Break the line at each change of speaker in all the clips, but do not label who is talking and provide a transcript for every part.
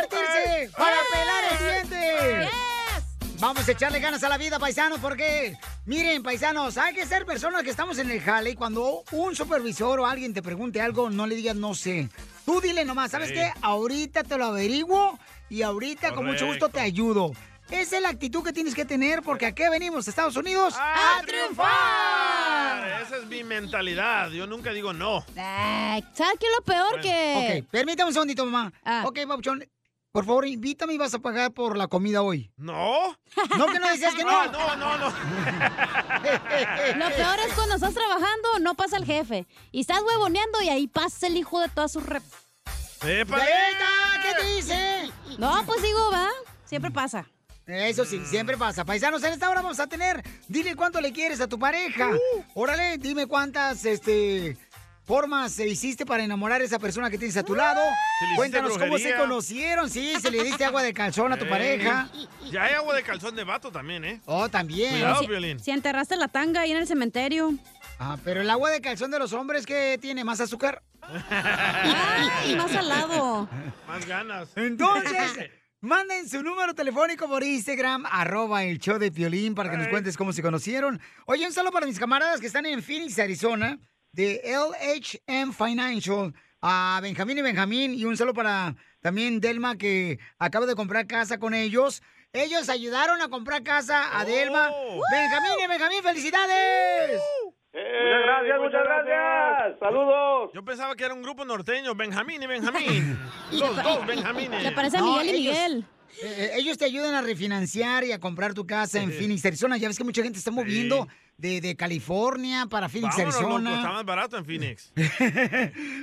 diente! ¡Para pelar el diente! Vamos a echarle ganas a la vida, paisanos, porque miren, paisanos, hay que ser personas que estamos en el jale y cuando un supervisor o alguien te pregunte algo, no le digas no sé. Tú dile nomás, ¿sabes
Sí.
qué? Ahorita te lo averiguo y ahorita con mucho gusto te ayudo. Esa es la actitud que tienes que tener porque ¿a qué venimos, Estados Unidos? ¡A,
Ah.
triunfar! Esa es mi mentalidad. Yo nunca digo no.
Eh, ¿Sabes qué es lo peor que...? Ah. Ok, permítame un segundito, mamá. Ok, Papuchón, por favor, invítame y vas a pagar por la comida hoy.
¿No?
No, que no decías que
Ah,
no.
no, no, no.
Lo peor
Lo peor
es
es cuando estás trabajando, no pasa el jefe. Y estás huevoneando y ahí pasa el hijo de todas sus rep.
¡Épale!
¿Qué te dice?
No, pues digo, va. Siempre pasa.
Eso
Mm.
sí, siempre pasa. Paisanos, en esta hora vamos a tener, dile cuánto le quieres a tu pareja.
Uh.
Órale, dime cuántas, este... Formas eh, hiciste para enamorar a esa persona que tienes a tu lado.
Se le hiciste
Cuéntanos cómo se
brujería.
conocieron. Sí, se le diste agua de calzón a tu
Ey.
pareja.
Ya hay agua de calzón de vato también, ¿eh?
Oh, también.
Cuidado, Piolín.
Si enterraste la tanga ahí en el cementerio.
Ah, pero el agua de calzón de los hombres que tiene más azúcar.
Ay, más salado.
Más ganas.
Entonces, manden su número telefónico por Instagram, arroba el show de Piolín, para que nos cuentes cómo se conocieron. Oye, un saludo para mis camaradas que están en Phoenix, Arizona, de LHM Financial, a Benjamín y Benjamín, y un saludo para también Delma, que acaba de comprar casa con ellos. Ellos ayudaron a comprar casa a Delma.
Oh.
Benjamín y Benjamín, felicidades.
Muchas gracias, Eh, muchas gracias.
Saludos.
Yo pensaba que era un grupo norteño, Benjamín y Benjamín. Los dos Benjamines.
No, ellos- eh, eh, ellos te ayudan a refinanciar y a comprar tu casa en Phoenix, Arizona. Ya ves que mucha gente está moviendo de, de California para Phoenix,
Vámonos, loco, está
Arizona.
más barato en Phoenix.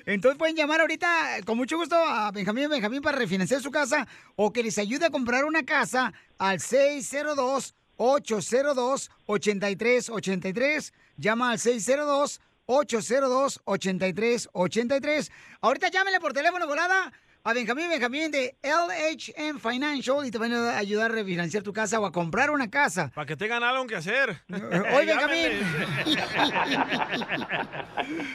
Entonces pueden llamar ahorita eh, con mucho gusto a Benjamín Benjamín para refinanciar su casa o que les ayude a comprar una casa al 602 802 8383. Llama al 602 802 8383. Ahorita llámenle por teléfono volada a Benjamín Benjamín de LHM Financial y te van a ayudar a refinanciar tu casa o a comprar una casa.
Para que tengan algo que hacer.
Oye, Benjamín.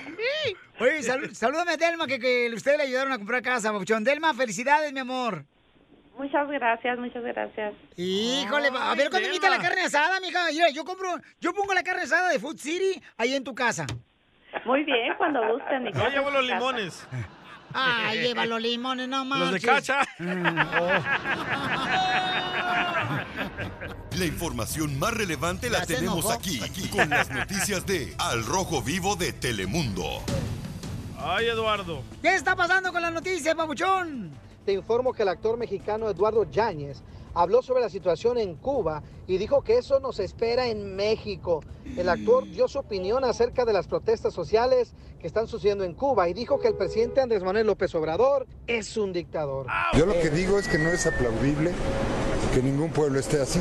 Oye, sal- salúdame a Delma, que, que ustedes le ayudaron a comprar casa, Papuchón. Delma, felicidades, mi amor.
Muchas gracias, muchas gracias.
Híjole, va- a ver cuándo invita la carne asada, mija. Mira, yo compro, yo pongo la carne asada de Food City ahí en tu casa.
Muy bien, cuando gusten.
Yo llevo los limones.
Ah, lleva los limones, no manches.
Los de cacha.
La información más relevante la
Ya se
tenemos
enojó.
aquí, aquí, con las noticias de Al Rojo Vivo de Telemundo.
Ay, Eduardo.
¿Qué está pasando con la noticia, Papuchón?
Te informo que el actor mexicano Eduardo Yáñez habló sobre la situación en Cuba y dijo que eso nos espera en México. El actor dio su opinión acerca de las protestas sociales que están sucediendo en Cuba y dijo que el presidente Andrés Manuel López Obrador es un dictador.
Yo lo que digo es que no es aplaudible que ningún pueblo esté así.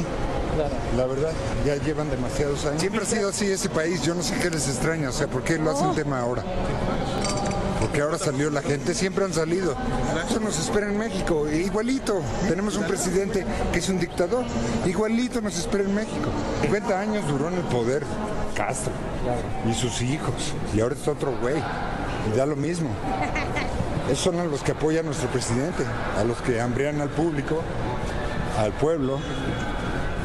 La verdad, ya llevan demasiados años. Siempre ha sido así ese país, yo no sé qué les extraña, o sea, ¿por qué lo hacen tema ahora? Porque ahora salió la gente, siempre han salido. Eso nos espera en México, e igualito. Tenemos un presidente que es un dictador, igualito nos espera en México. 50 años duró en el poder Castro y sus hijos, y ahora está otro güey, y da lo mismo. Esos son a los que apoyan a nuestro presidente, a los que hambrean al público, al pueblo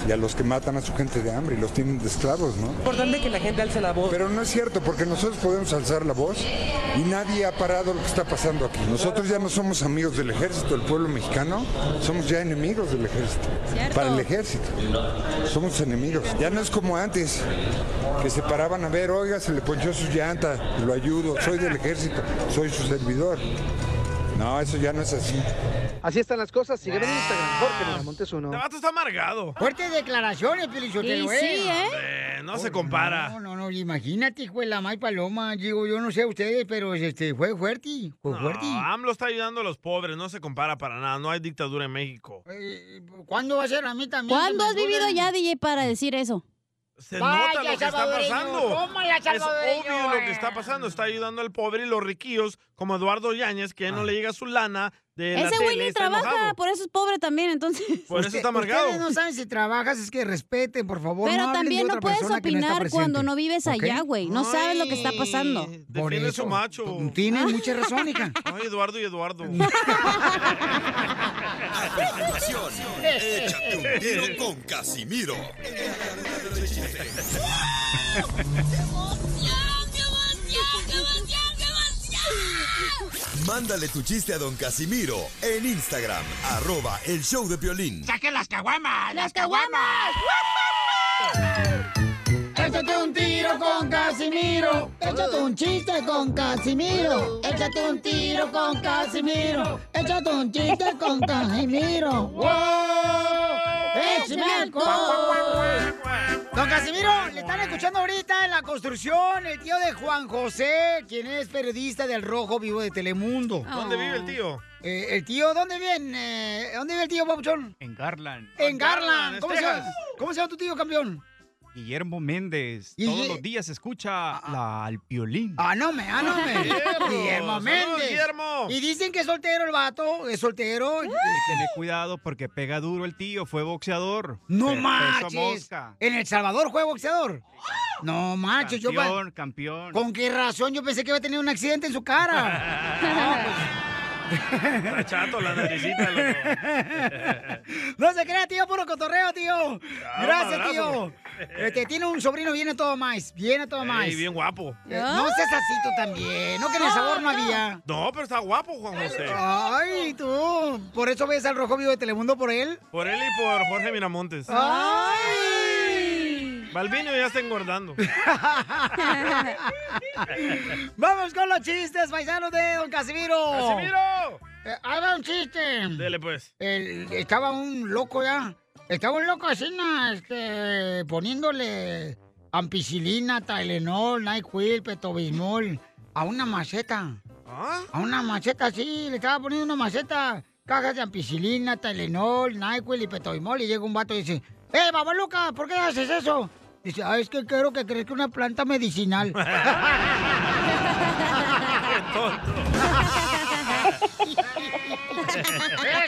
y a los que matan a su gente de hambre y los tienen de esclavos, ¿no?
importante que la gente alce la voz.
Pero no es cierto, porque nosotros podemos alzar la voz y nadie ha parado lo que está pasando aquí. Nosotros ya no somos amigos del ejército, el pueblo mexicano, somos ya enemigos del ejército.
Cierto.
Para el ejército, somos enemigos. Ya no es como antes, que se paraban a ver, oiga, se le ponchó su llanta, lo ayudo, soy del ejército, soy su servidor. No, eso ya no es así.
Así están las cosas, sígueme en Instagram, Jorge Miramontes uno.
Este vato está amargado.
Fuertes declaraciones, Pelichotero,
Y
¿eh?
sí, ¿eh? Eh, no se compara.
No, no, no, imagínate, hijo de la May Paloma. Digo, yo no sé ustedes, pero este, fue fuerte, fue fuerte.
No, AMLO está ayudando a los pobres, no se compara para nada. No hay dictadura en México.
¿Cuándo va a ser a mí también?
¿Cuándo
que
has
me
vivido
ayuden?
ya, DJ, para decir eso?
Se
Vaya,
nota lo que está
salvadoreño,
pasando.
tómala,
es
salvadoreño,
obvio lo
eh.
que está pasando. Está ayudando al pobre y los riquillos, como Eduardo Yáñez, que ya no le llega su lana, de la
Ese
tele
güey ni
está
trabaja,
enojado.
por eso es pobre también, entonces.
Por eso está amargado.
Ustedes no saben si trabajas, es que respeten, por favor.
Pero
no hablen
también
de
no
otra
puedes
persona que no está
opinar cuando
presente,
no vives
¿ok?
allá, güey. No sabes pues, lo que está pasando. Ah.
Por
Defiende su
eso.
macho.
Tienes mucha razón, hija.
Ay, Eduardo y Eduardo.
A continuación, échate un tiro con Casimiro. Mándale tu chiste a don Casimiro en Instagram, arroba el show de violín.
¡Saque las caguamas!
¡Las caguamas! Échate un tiro con Casimiro. Échate un chiste con Casimiro. Échate un tiro con Casimiro. Échate un chiste con Casimiro. ¡Wow! ¡Échame alcohol! Don Casimiro, le están escuchando ahorita en la construcción el tío de Juan José, quien es periodista del Rojo Vivo de Telemundo.
¿Dónde vive el tío?
Eh, el tío, ¿dónde vive? eh, ¿Dónde vive el tío, Papuchón?
En Garland.
En Garland.
en
¿Cómo se, llama,
Texas.
¿Cómo se llama tu tío, campeón?
Guillermo Méndez.
Y-
Todos los días escucha la, al violín.
Ah, no me, ah, no me.
Guillermo,
Guillermo
saludos,
Méndez.
Guillermo.
Y dicen que es soltero el vato, es soltero.
Tener cuidado porque pega duro el tío, fue boxeador.
No
Pe- pesó
manches.
mosca.
En El Salvador juega boxeador. No manches, yo. pa-
Campeón, campeón.
¿Con qué razón? Yo pensé que iba a tener un accidente en su cara.
Está chato la naricita, loco.
No se crea, tío, puro cotorreo, tío.
Ah,
Gracias,
madrazo,
tío.
güey.
Este, tiene un sobrino, viene todo más. Viene todo más.
Ey, bien guapo.
Eh, no seas así tú también. No que en el sabor no había.
No, pero está guapo, Juan José.
Ay, tú. Por eso ves al Rojo Vivo de Telemundo por él.
Por él y por Jorge Miramontes.
¡Ay!
Balvino ya está engordando.
Vamos con los chistes, paisanos de Don Casimiro.
¡Casimiro!
Eh, ahí va un chiste.
Dele, pues.
El- estaba un loco ya. Estaba un loco así, na, este, poniéndole ampicilina, Tylenol, Nyquil, Petobismol a una maceta. A una maceta así, le estaba poniendo una maceta, cajas de ampicilina, Tylenol, Nyquil y Petobismol. Y llega un vato y dice, ¡Eh, babaluca, ¿por qué haces eso? Dice, ah, es que quiero que crezca una planta medicinal.
¡Qué tonto!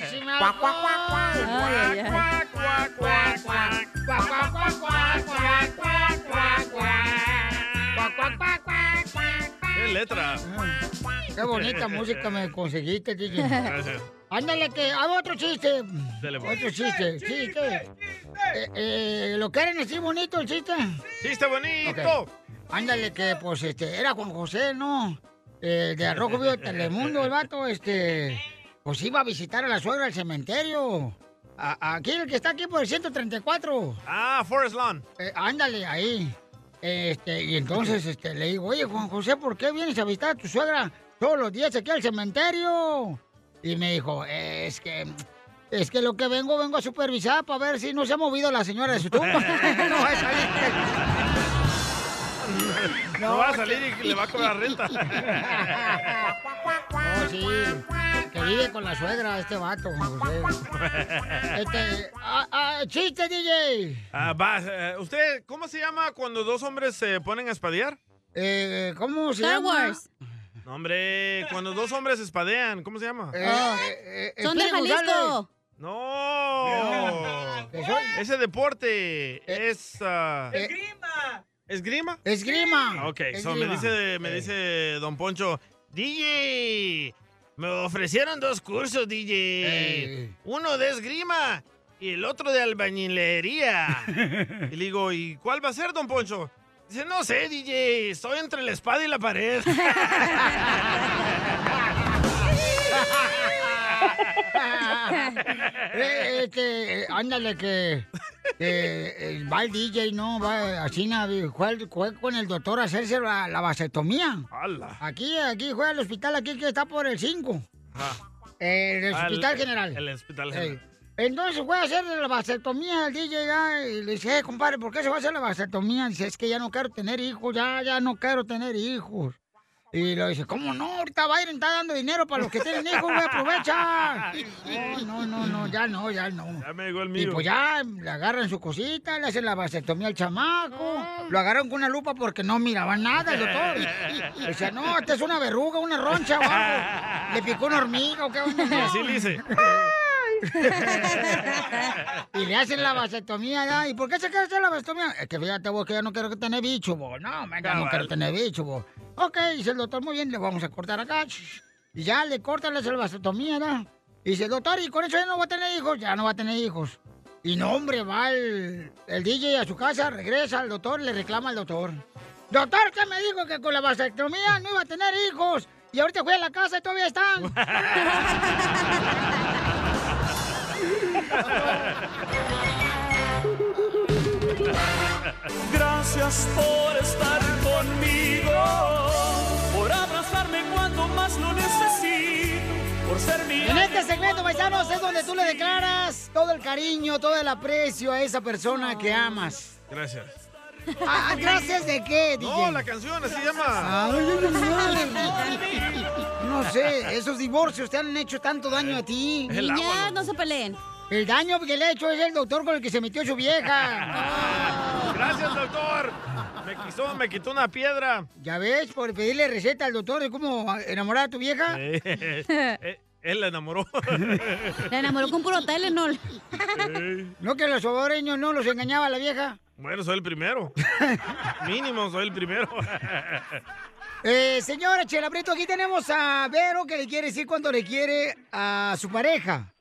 Pésima.
Cuac, cuac, cuac, cuac. Cuac, cuac, cuac, cuac. Cuac, cuac, cuac, cuac, cuac, cuac, cuac, cuac. Cuac, cuac, cuac, cuac, cuac.
¡Qué letra!
Qué bonita música me conseguiste, DJ.
Gracias.
Ándale, que hago otro chiste.
Dele, pues.
Otro chiste, chiste. Eh, eh, ¿Lo quieren así bonito el chiste?
¡Chiste bonito!
Ok. Ándale, que pues este, era Juan José, ¿no? Eh, de Arrojo Vivo de Telemundo, el vato, este. Pues iba a visitar a la suegra al cementerio. A- aquí, el que está aquí por el 134.
Ah, Forest Lawn.
Eh, ándale, ahí. Este, y entonces este, le digo, oye, Juan José, ¿por qué vienes a visitar a tu suegra todos los días aquí al cementerio? Y me dijo, es que. Es que lo que vengo, vengo a supervisar para ver si no se ha movido la señora de su tumba. no va a salir.
No, va a salir y le va a cobrar renta.
Oh, sí. Que vive con la suegra este vato, Juan José. Este, ah, ah, chiste, DJ.
Ah, va, eh, ¿Usted cómo se llama cuando dos hombres se ponen a espadear?
Eh, ¿Cómo se
Star
llama?
Wars.
No, hombre, cuando dos hombres se espadean, ¿cómo se llama?
Eh,
Ah.
eh, eh,
Son de
Espíritu González.
Jalisco.
¡No!
Que soy-
Ese deporte es... ah, ¿Es grima?
Esgrima.
Ah, Ok, so me,
Esgrima.
dice, me
Eh.
dice Don Poncho, DJ, me ofrecieron dos cursos, DJ.
Eh.
Uno de esgrima y el otro de albañilería. y le digo, ¿y cuál va a ser, Don Poncho? Dice, no sé, DJ, estoy entre la espada y la pared.
Eh, este, eh, ándale que eh, eh, va el DJ, ¿no? Va así, na, juega, juega con el doctor a hacerse la, la vasectomía.
¡Hala!
Aquí, aquí juega el hospital, aquí que está por el 5.
Ah,
el
ah,
hospital general.
El hospital
Ey.
general.
Entonces fue a hacer la vasectomía al DJ ya, y le dice, eh, compadre, ¿por qué se va a hacer la vasectomía? Dice, es que ya no quiero tener hijos, ya, ya no quiero tener hijos. Y lo dice, ¿cómo no? Ahorita Biden está dando dinero para los que tienen hijos, güey, aprovecha. No, no, no, no, ya no, ya no.
Ya me llegó el
Y
mío.
pues ya le agarran su cosita, le hacen la vasectomía al chamaco. Lo agarran con una lupa porque no miraban nada el doctor. O sea, no, esta es una verruga, una roncha o algo. Le picó una hormiga o qué onda.
Y así le hice.
Y le hacen la vasectomía ya. ¿Y por qué se quiere hacer la vasectomía? Es que fíjate vos que yo no quiero tener bicho, vos. No, venga, no
Ah,
Cabal.
quiero tener bicho, vos. Ok, dice el doctor, muy bien, le vamos a cortar acá. Shh. Y ya le cortan la vasectomía, ¿no? Y dice, doctor, ¿y con eso ya no va a tener hijos? Ya no va a tener hijos. Y no, hombre, va el, el DJ a su casa, regresa al doctor, le reclama al doctor. Doctor, ¿qué me dijo que con la vasectomía no iba a tener hijos? Y ahorita fui a la casa y todavía están.
Gracias por estar conmigo, por abrazarme cuando más lo necesito, por ser mi
En este segmento, paisanos, es donde tú le declaras todo el cariño, todo el aprecio a esa persona que amas.
Gracias.
Ah, ¿Gracias de qué, DJ?
No, la canción, así se llama.
Ay, ay, ay, ay. No sé, esos divorcios te han hecho tanto daño a ti.
el Niñas, agua, loco.
no se peleen. El daño que le ha hecho es el doctor con el que se metió su vieja.
Gracias, doctor. Me quitó, me quitó una piedra.
¿Ya ves? Por pedirle receta al doctor de cómo enamorar a tu vieja.
Eh, eh, él la enamoró.
La enamoró con puro Tylenol. No que los salvadoreños no los engañaba la vieja.
Bueno, soy el primero. Mínimo, soy el primero.
Eh, señora Chela Prieto, aquí tenemos a Vero que le quiere decir cuánto le quiere a su pareja.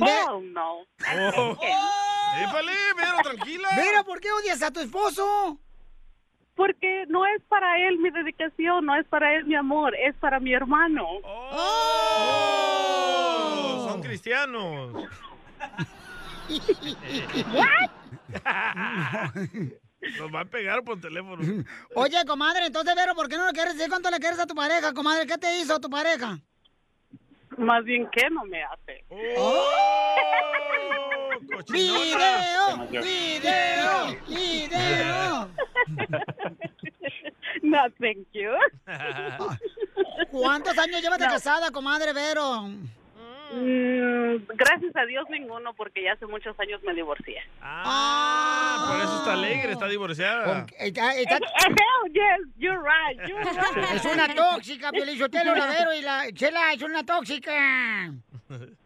Oh, no.
Oh.
Épale, Vero, tranquila.
Vero, ¿por qué odias a tu esposo?
Porque no es para él mi dedicación, no es para él mi amor, es para mi hermano.
Oh, Son cristianos. Nos va a pegar por teléfono.
Oye, comadre, entonces, Vero, ¿por qué no le quieres decir cuánto le quieres a tu pareja, comadre? ¿Qué te hizo tu pareja?
Más bien, ¿qué no me hace?
Oh,
¡Oh! ¡Video! ¡Video! ¡Video!
No, thank you.
¿Cuántos años llevas de
No.
casada, comadre Vero?
Mm, gracias a Dios ninguno, porque ya hace muchos años me divorcié.
Ah, por eso está alegre, está divorciada.
Eh, Hell yes, you're right, you're right.
Es una tóxica, Piolichotelo, la Vero y la Chela es una tóxica.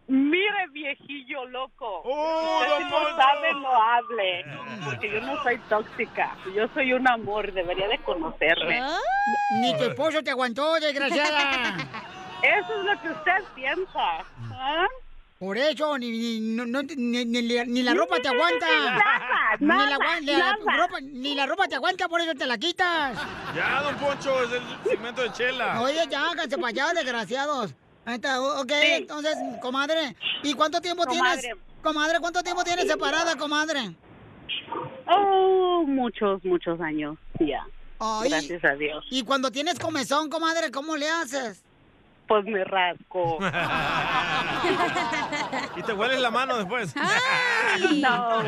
Mire, viejillo loco.
Oh, don
Usted si no
Poncho. Eh.
sabe, no hable. Porque yo no soy tóxica. Yo soy un amor. Debería de conocerme.
Ah, Ni tu esposo te aguantó, desgraciada.
Eso es lo que usted piensa. ¿ah?
Por eso, ni, ni, no- no te- ni- ni la- ni la ropa te aguanta.
Nada,
ni,
nada,
la, agua- ni la
nada.
ropa, ni la ropa te aguanta, por eso te la quitas.
Ya, don Poncho, es el segmento de Chela.
Oye, ya, háganse para allá, desgraciados. Ahí está, o- ok, entonces, comadre, ¿y cuánto tiempo
Comadre.
tienes? Comadre, ¿cuánto tiempo tienes separada, comadre?
Oh, muchos, muchos años. Ya.
Ay.
Gracias a Dios.
Y cuando tienes comezón, comadre, ¿cómo le haces?
Pues me rasco.
y te hueles la mano después.
No.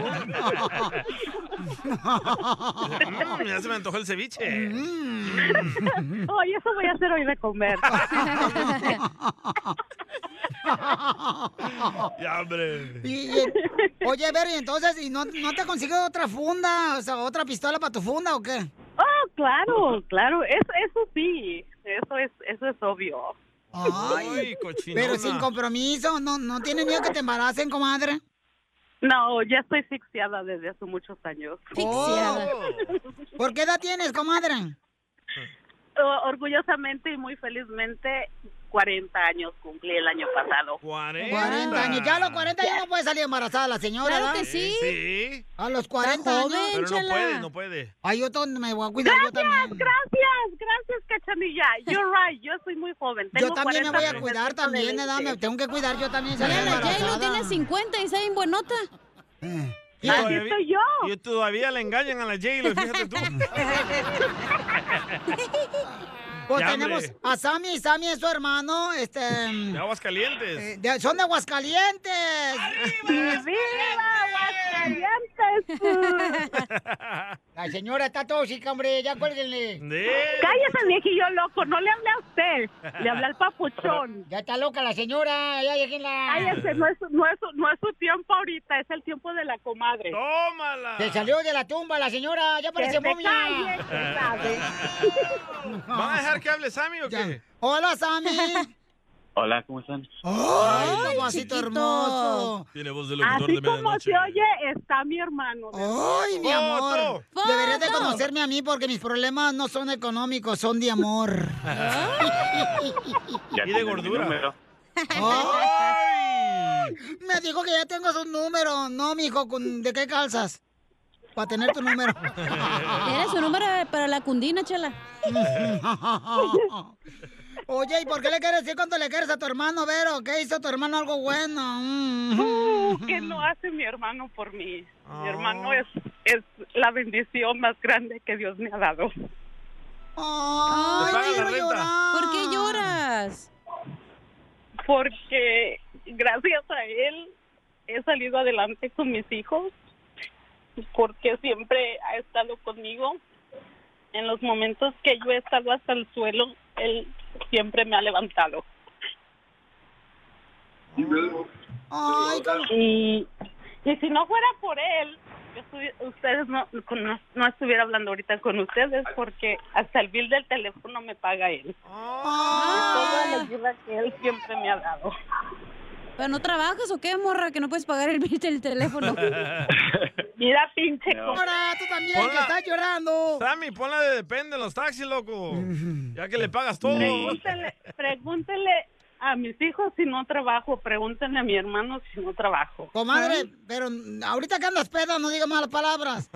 Mm, ya se me antojó el ceviche.
Ay, eso voy a hacer hoy de comer.
Ya, hombre.
Y- y- oye, Berry, entonces, ¿y no, no te consigues otra funda, o sea, otra pistola para tu funda o qué?
Oh, claro, claro. Eso, eso sí. Eso es, eso es obvio.
Ay,
cochinona.
Pero sin compromiso, ¿no, no tienes miedo que te embaracen, comadre?
No, ya estoy asfixiada desde hace muchos años. Oh.
Asfixiada. ¿Por qué edad tienes, comadre?
O- Orgullosamente y muy felizmente, 40 años cumplí el año pasado.
40 años. Ya a los 40 ya no puede salir embarazada la señora.
Claro
¿verdad?
que sí.
Sí.
A los 40 años.
Pero no puede, no puede.
Ay, yo ton- me voy a cuidar
Gracias,
yo también.
gracias, gracias, Cachanilla. You're right, yo soy muy joven.
Yo también me voy a cuidar también, edad, me tengo que cuidar yo también.
Mira, la J-Lo
embarazada.
este. tiene 50 y está bien buenota.
Y
Aquí
todavía-
estoy yo.
Y todavía le engañan a la J-Lo, fíjate tú.
Pues
Ya,
tenemos
hombre.
a Sammy, Sammy es su hermano, este...
De aguas
Eh,
calientes.
de- son de Aguascalientes.
¡Viva Aguascalientes!
La señora está tóxica, hombre, ya cuélguenle.
Cállese, viejillo loco, no le hable a usted, le habla al papuchón.
Ya está loca la señora, ya déjenla.
Cállese, no es, no, es, no es su tiempo ahorita, es el tiempo de la comadre.
¡Tómala!
Se salió de la tumba la señora, ya parece
se
momia.
calle,
¿Van a dejar que hable Sammy o qué?
Hola, Sammy.
Hola, ¿cómo están?
Ay,
Ay,
papacito
chiquito.
hermoso.
Tiene voz de
Así como se oye, está mi hermano.
Ay, mi amor. Deberías de conocerme a mí porque mis problemas no son económicos, son de amor.
Ya
Ah.
Y de
tienen mi
gordura.
número.
Ay. Me dijo que ya tengo su número. No, mijo, ¿con- ¿de qué calzas? Para tener tu número.
Era su número eh, para la cundina, chela.
Oye, ¿y por qué le quieres decir cuánto le quieres a tu hermano, Vero? ¿Qué hizo tu hermano algo bueno? Mm.
Uh, ¿Qué no hace mi hermano por mí? Mi hermano es, es la bendición más grande que Dios me ha dado.
Ay,
pagan la
quiero
renta.
llorar.
¿Por qué lloras?
Porque gracias a él he salido adelante con mis hijos, porque siempre ha estado conmigo. En los momentos que yo he estado hasta el suelo, él siempre me ha levantado. y, y si no fuera por él, yo estuvi- ustedes no, con- no, no estuviera hablando ahorita con ustedes porque hasta el bill del teléfono me paga él. Toda la ayuda que él siempre me ha dado.
Ah. ¿Pero no trabajas o qué, morra? Que no puedes pagar el bill del teléfono.
Mira, pinche
No. cobra,
tú también,
que Hola. estás
llorando.
Sammy, ponla de depende en los taxis, loco. Ya que le pagas todo.
Pregúntele, pregúntele a mis hijos si no trabajo, pregúntenle a mi hermano si no trabajo.
Comadre, pero ahorita que andas peda, no digas malas palabras.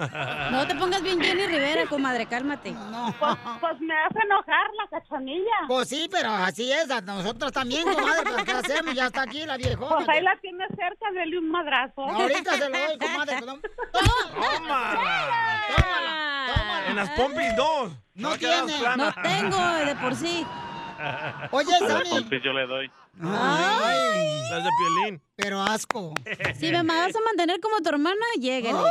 No te pongas bien Jenny Rivera, comadre, cálmate.
No.
Pues, pues me hace enojar la cachanilla.
Pues sí, pero así es, a nosotros también, comadre, pero ¿qué hacemos? Ya está aquí la viejona.
Pues ahí la tiene cerca, dele un madrazo.
Ahorita se lo doy, comadre. ¿no?
En las pompis no.
No
Va a quedar
tiene. No
plana.
tengo, de por sí. Oye,
A las
Sammy.
pompis yo le doy.
Las de pielín.
Pero asco.
Si me vas a mantener como tu hermana, lléguenle.
Oh.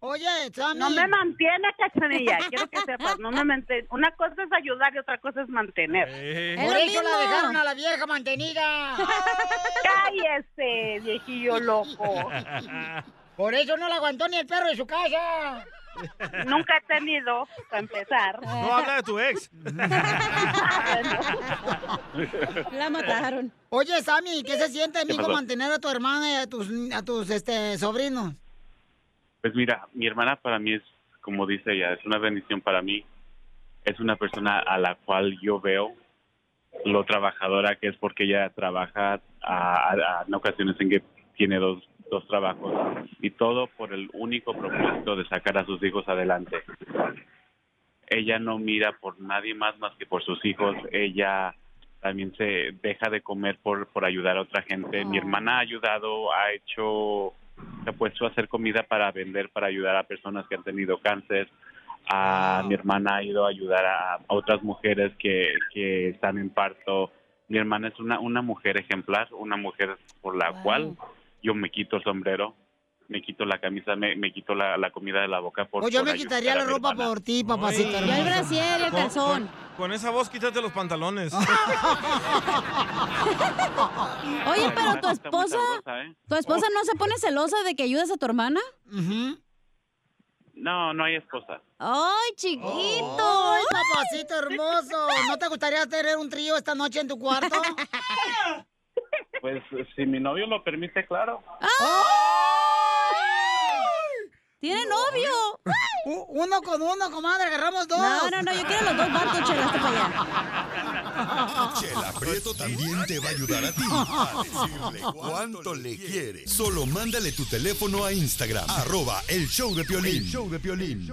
Oye, Sammy.
No me mantiene, cachanilla. Quiero que sepas, no me mantiene. Una cosa es ayudar y otra cosa es mantener.
Por eso la dejaron a la vieja mantenida.
Cállese, viejillo loco.
Por eso no la aguantó ni el perro de su casa.
Nunca he tenido, para empezar.
No
Ah.
habla de tu ex.
La mataron. Oye, Sammy, ¿qué se siente,
¿Qué
amigo,
pasó?
mantener a tu hermana y a tus, a tus este, sobrinos?
Pues mira, mi hermana para mí es, como dice ella, es una bendición para mí. Es una persona a la cual yo veo lo trabajadora que es porque ella trabaja a- a- a- en ocasiones en que tiene dos, dos trabajos y todo por el único propósito de sacar a sus hijos adelante. Ella no mira por nadie más más que por sus hijos. Ella también se deja de comer por, por ayudar a otra gente. Mi hermana ha ayudado, ha hecho se ha puesto a hacer comida para vender, para ayudar a personas que han tenido cáncer. A mi hermana ha ido a ayudar a, a otras mujeres que, que están en parto. Mi hermana es una, una mujer ejemplar, una mujer por la cual yo me quito el sombrero, me quito la camisa, me, me quito la, la comida de la boca. Por,
o Pues yo
por
me
ayudar
quitaría
a
la
mi
ropa
hermana.
por ti, papacito
Ay.
hermoso.
Yo el
brasier y el
Con, con esa voz quítate los pantalones.
Oye, pero tu
Está muy
esposa,
sabrosa, ¿eh?
¿tu esposa no se pone celosa de que ayudas a tu hermana?
No, no hay esposa.
¡Ay, chiquito!
¡Ay, papacito hermoso! ¿No te gustaría tener un trío esta noche en tu cuarto?
Pues si mi novio lo permite, claro.
¡Tiene novio!
U- Uno con uno, comadre, agarramos dos.
No, no, no, yo quiero los dos barcos, chela, hasta para allá.
Chela Prieto también te va a ayudar a ti a decirle cuánto le quiere. Solo mándale tu teléfono a Instagram, arroba el show de Piolín.
El
show de Piolín.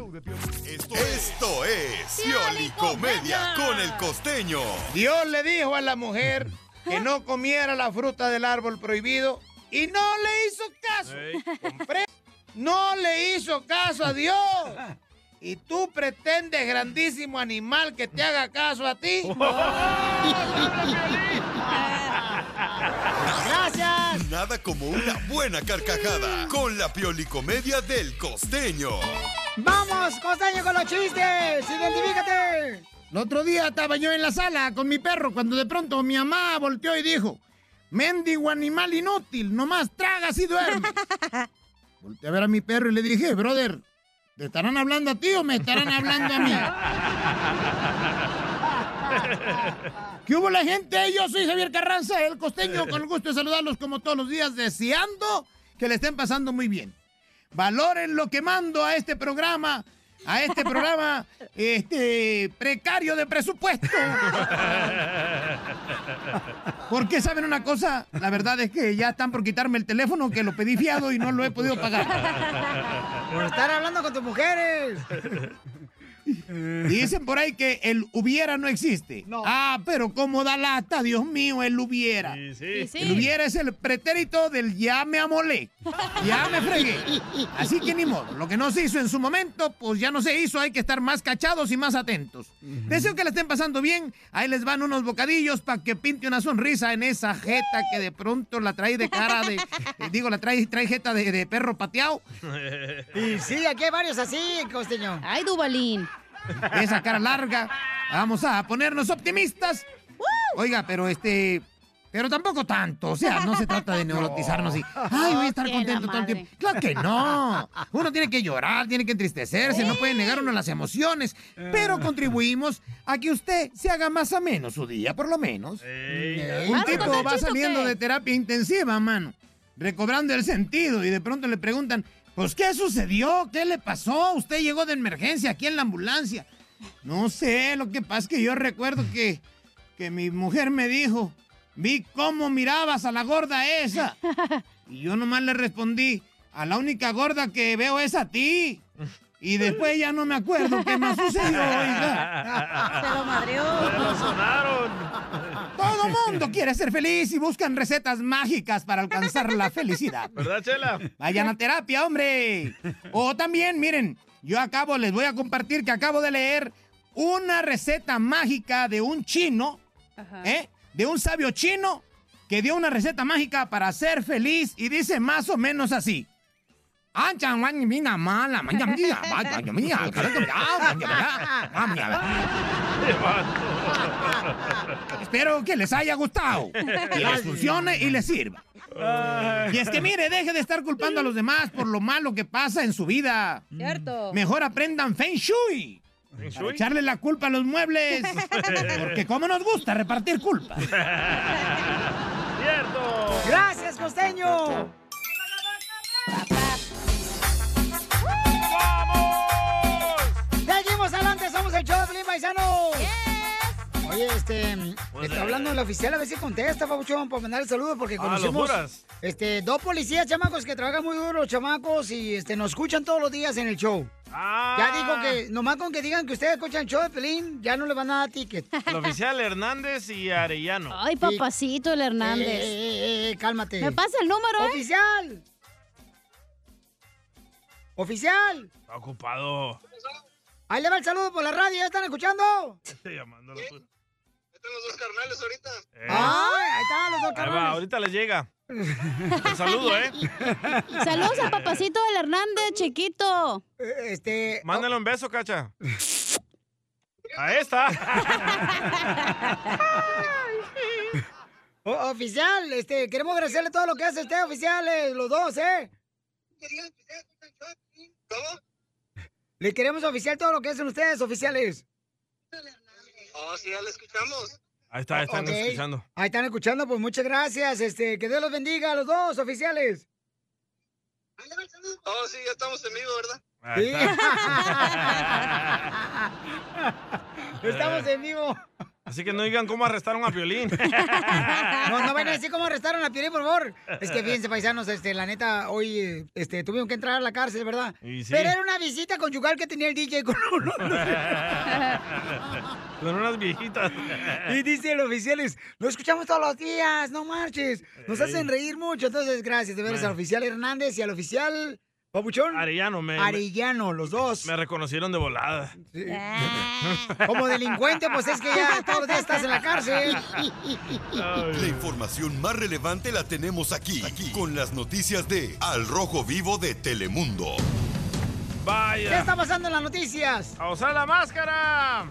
Esto es Pioli Comedia con el costeño.
Dios le dijo a la mujer que no comiera la fruta del árbol prohibido y no le hizo caso. Compre- No le hizo caso a Dios. Y tú pretendes, grandísimo animal, que te haga caso a ti.
¡Gracias!
nada como una buena carcajada con la piolicomedia del costeño.
¡Vamos, costeño, con los chistes! ¡Identifícate!
El otro día estaba yo en la sala con mi perro cuando de pronto mi mamá volteó y dijo, mendigo animal inútil, nomás tragas y duermes. Volteé a ver a mi perro y le dije, brother, ¿te estarán hablando a ti o me estarán hablando a mí? ¿Qué hubo la gente? Yo soy Javier Carranza, el costeño, con el gusto de saludarlos como todos los días, deseando que le estén pasando muy bien. Valoren lo que mando a este programa, a este programa este, precario de presupuesto. Porque saben una cosa, la verdad es que ya están por quitarme el teléfono que lo pedí fiado y no lo he podido pagar.
Por estar hablando con tus mujeres.
Dicen por ahí que el hubiera no existe. Ah, pero cómo da lata, Dios mío, el hubiera.
sí. Sí, sí.
El hubiera es el pretérito del ya me amolé, ya me fregué. Así que ni modo, lo que no se hizo en su momento, pues ya no se hizo, hay que estar más cachados y más atentos. Deseo que la estén pasando bien, ahí les van unos bocadillos para que pinte una sonrisa en esa jeta que de pronto la trae de cara de, eh, digo, la trae, trae jeta de, de perro pateado.
Y sí, aquí hay varios así, costeño.
Ay, Dubalín. Esa cara larga. Vamos a ponernos optimistas. Oiga, pero este. Pero tampoco tanto. O sea, no se trata de neurotizarnos y. Ay, voy a estar
Que la
contento todo el
madre.
tiempo. Claro que no. Uno tiene que llorar, tiene que entristecerse, no puede negar uno las emociones. Pero contribuimos a que usted se haga más ameno su día, por lo menos. Eh, Un
¿Vas a
tipo
contar
va
chiste o
saliendo
qué?
de terapia intensiva, mano, recobrando el sentido y de pronto le preguntan, pues, ¿qué sucedió? ¿Qué le pasó? Usted llegó de emergencia aquí en la ambulancia. No sé, lo que pasa es que yo recuerdo que, que mi mujer me dijo, vi cómo mirabas a la gorda esa. Y yo nomás le respondí, a la única gorda que veo es a ti. Y después ya no me acuerdo qué más sucedió, oiga.
Se lo madreó. Se lo sonaron.
Todo mundo quiere ser feliz y buscan recetas mágicas para alcanzar la felicidad.
¿Verdad, Chela?
Vayan a terapia, hombre. O también, miren, yo acabo, les voy a compartir que acabo de leer una receta mágica de un chino, ¿eh? De un sabio chino que dio una receta mágica para ser feliz y dice más o menos así. Anchan, guan, mina, mala, maña, mía, vaya, yo, mía, carajo, ya, ya, ya, ya, mami, a ver. Espero que les haya gustado, que les funcione y les sirva. Y es que mire, deje de estar culpando a los demás por lo malo que pasa en su vida.
Oh.
Cierto.
Mejor aprendan Feng Shui. Para
shui?
echarle la culpa a los muebles. Porque como nos gusta repartir culpa.
¡Cierto!
¡Gracias, costeño! ¡Seguimos adelante! ¡Somos el show de Pelín Paisano! Oye, este,
Pues
está hablando el oficial, a ver si contesta, Pabuchón, para mandar el saludo, porque
Ah, ¿lo
conocemos
juras?
este, dos policías, chamacos, que trabajan muy duro, chamacos, y este, nos escuchan todos los días en el show.
Ah.
Ya digo que, nomás con que digan que ustedes escuchan el show de Pelín, ya no les van a dar ticket.
El oficial Hernández y Arellano.
Ay, papacito el Hernández.
Eh, eh, eh, eh, cálmate.
¿Me pasa el número, eh?
¡Oficial! ¡Oficial!
Está ocupado.
Ahí le va el saludo por la radio, ¿ya están escuchando?
Estoy llamando a los-
¡Ay,
Eh.
ahí están Ah, los dos
Ahí va,
cabrones!
ahorita les llega. Un saludo, ¿eh?
Saludos al papacito del Hernández, chiquito.
Este.
Mándale un beso, cacha. Ahí está.
O- Oh, oficial, este, queremos agradecerle todo lo que hace usted, oficiales, los dos, ¿eh? Le queremos oficial todo lo que hacen ustedes, oficiales.
Oh, sí, ya la escuchamos.
Ahí está, están
Ok.
escuchando.
Ahí están escuchando, pues muchas gracias. Este, que Dios los bendiga a los dos, oficiales.
Oh, sí, ya estamos en vivo, ¿verdad?
Sí. Estamos en vivo.
Así que no digan cómo arrestaron a Violín.
No, no vayan a decir cómo arrestaron a Piolín, por favor. Es que fíjense, paisanos, este, la neta, hoy eh, este, tuvieron que entrar a la cárcel, ¿verdad?
Y sí.
Pero era una visita conyugal que tenía el DJ con uno.
Son unas viejitas.
Y dice el oficiales, lo escuchamos todos los días, no marches. Nos
Ey.
hacen reír mucho. Entonces, gracias de veras
Bueno.
al oficial Hernández y al oficial ¿Papuchón?
Arellano, me.
Arellano, los dos.
Me reconocieron de volada.
Como delincuente, pues es que ya todos los días estás en la cárcel.
La información más relevante la tenemos aquí, aquí, con las noticias de Al Rojo Vivo de Telemundo.
¿Qué está pasando en las noticias?
¡A usar la máscara!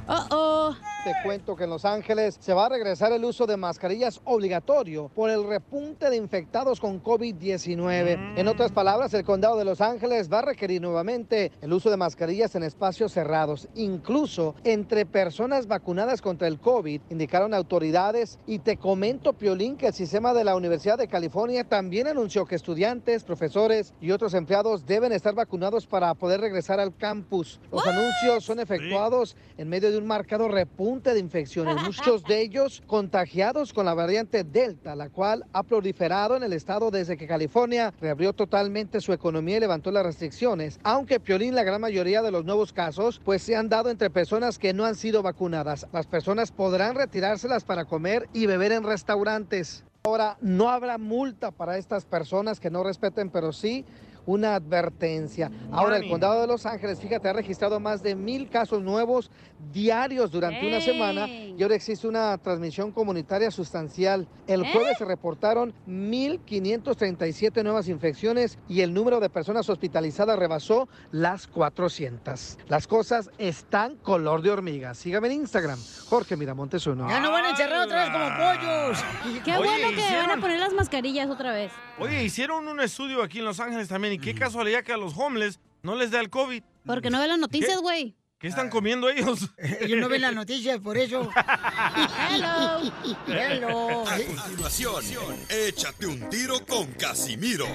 Te cuento que en Los Ángeles se va a regresar el uso de mascarillas obligatorio por el repunte de infectados con COVID-19. En otras palabras, el condado de Los Ángeles va a requerir nuevamente el uso de mascarillas en espacios cerrados, incluso entre personas vacunadas contra el COVID, indicaron autoridades. Y te comento, Piolín, que el sistema de la Universidad de California también anunció que estudiantes, profesores y otros empleados deben estar vacunados para poder regresar al campus. Los anuncios son efectuados en medio de un marcado repunte de infecciones, muchos de ellos contagiados con la variante Delta, la cual ha proliferado en el estado desde que California reabrió totalmente su economía y levantó las restricciones, aunque Piolín la gran mayoría de los nuevos casos pues se han dado entre personas que no han sido vacunadas. Las personas podrán retirárselas para comer y beber en restaurantes. Ahora no habrá multa para estas personas que no respeten, pero sí una advertencia. Ahora el
Warning.
condado de Los Ángeles, fíjate, ha registrado más de mil casos nuevos diarios durante una semana
¡Ey!
y ahora existe una transmisión comunitaria sustancial. El jueves se reportaron 1.537 nuevas infecciones y el número de personas hospitalizadas rebasó las 400. Las cosas están color de hormiga. Sígame en Instagram, Jorge Miramontes uno.
Ya no van a encerrar otra vez como pollos.
Qué
Oye,
bueno que
hicieron-
van a poner las mascarillas otra vez.
Oye, hicieron un estudio aquí en Los Ángeles también. Y qué casualidad que a los homeless no les da el COVID.
Porque no ve las noticias,
¿Qué?
güey.
¿Qué están comiendo ellos?
Ellos no ven las noticias, por eso.
Hello.
Hello.
A continuación, échate un tiro con Casimiro.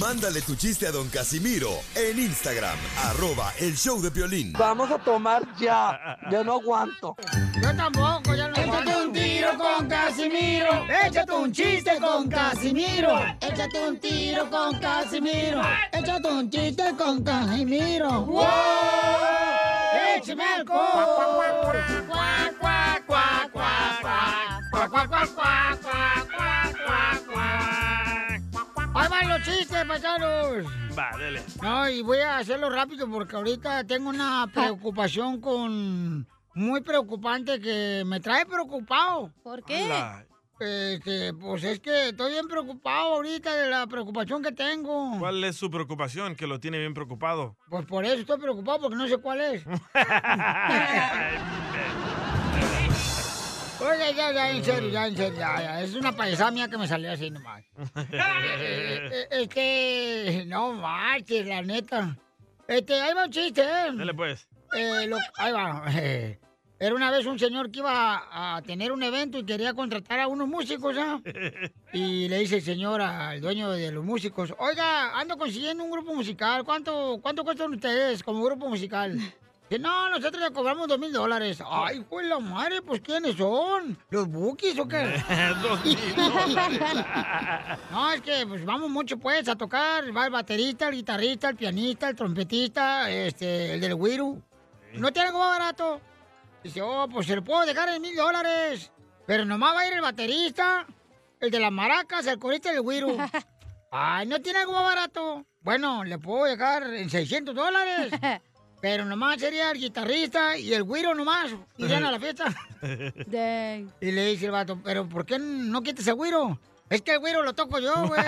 Mándale tu chiste a don Casimiro en Instagram, arroba el show de violín. Vamos a tomar ya, ya no aguanto.
Yo tampoco, ya no.
Échate un tiro con Casimiro.
Échate un chiste con Casimiro.
Échate un tiro con Casimiro. Échate un chiste con Casimiro.
¡Wow! ¡Échame alcohol! Ahí van los chistes, paisanos.
Va, dele.
No, y voy a hacerlo rápido porque ahorita tengo una preocupación con... Muy preocupante que me trae preocupado.
¿Por
qué? Ala.
Este, pues es que estoy bien preocupado ahorita de la preocupación que tengo.
¿Cuál es su preocupación que lo tiene bien preocupado?
Pues por eso estoy preocupado porque no sé cuál es. Oiga, ya, ya, en serio, ya, en serio, ya, ya. Es una paisada mía que me salió así nomás. Eh, Este, no marches, la neta. Este, ahí va un chiste, ¿eh?
Dele pues.
Eh, lo- ahí va. Era una vez un señor que iba a, a tener un evento y quería contratar a unos músicos, ¿ah? Y le dice el señor al dueño de los músicos, oiga, ando consiguiendo un grupo musical, ¿cuánto, cuánto cuestan ustedes como grupo musical? Que no, nosotros le cobramos dos mil dólares. Ay, pues la madre, pues ¿quiénes son? ¿Los bookies o qué?
Dos mil dólares.
No, es que pues vamos mucho pues a tocar. Va el baterista, el guitarrista, el pianista, el trompetista, este, el del Wiru. ¿No tiene algo más barato? Dice, oh, pues se lo puedo dejar en mil dólares. Pero nomás va a ir el baterista, el de las maracas, el corista y el Wiru. Ay, ¿no tiene algo más barato? Bueno, le puedo dejar en 600 dólares. Pero nomás sería el guitarrista y el Wiru nomás. Y ya a la fiesta. Y le dice el vato, pero ¿por qué no quites el güiro? Es que el güiro lo toco yo, güey.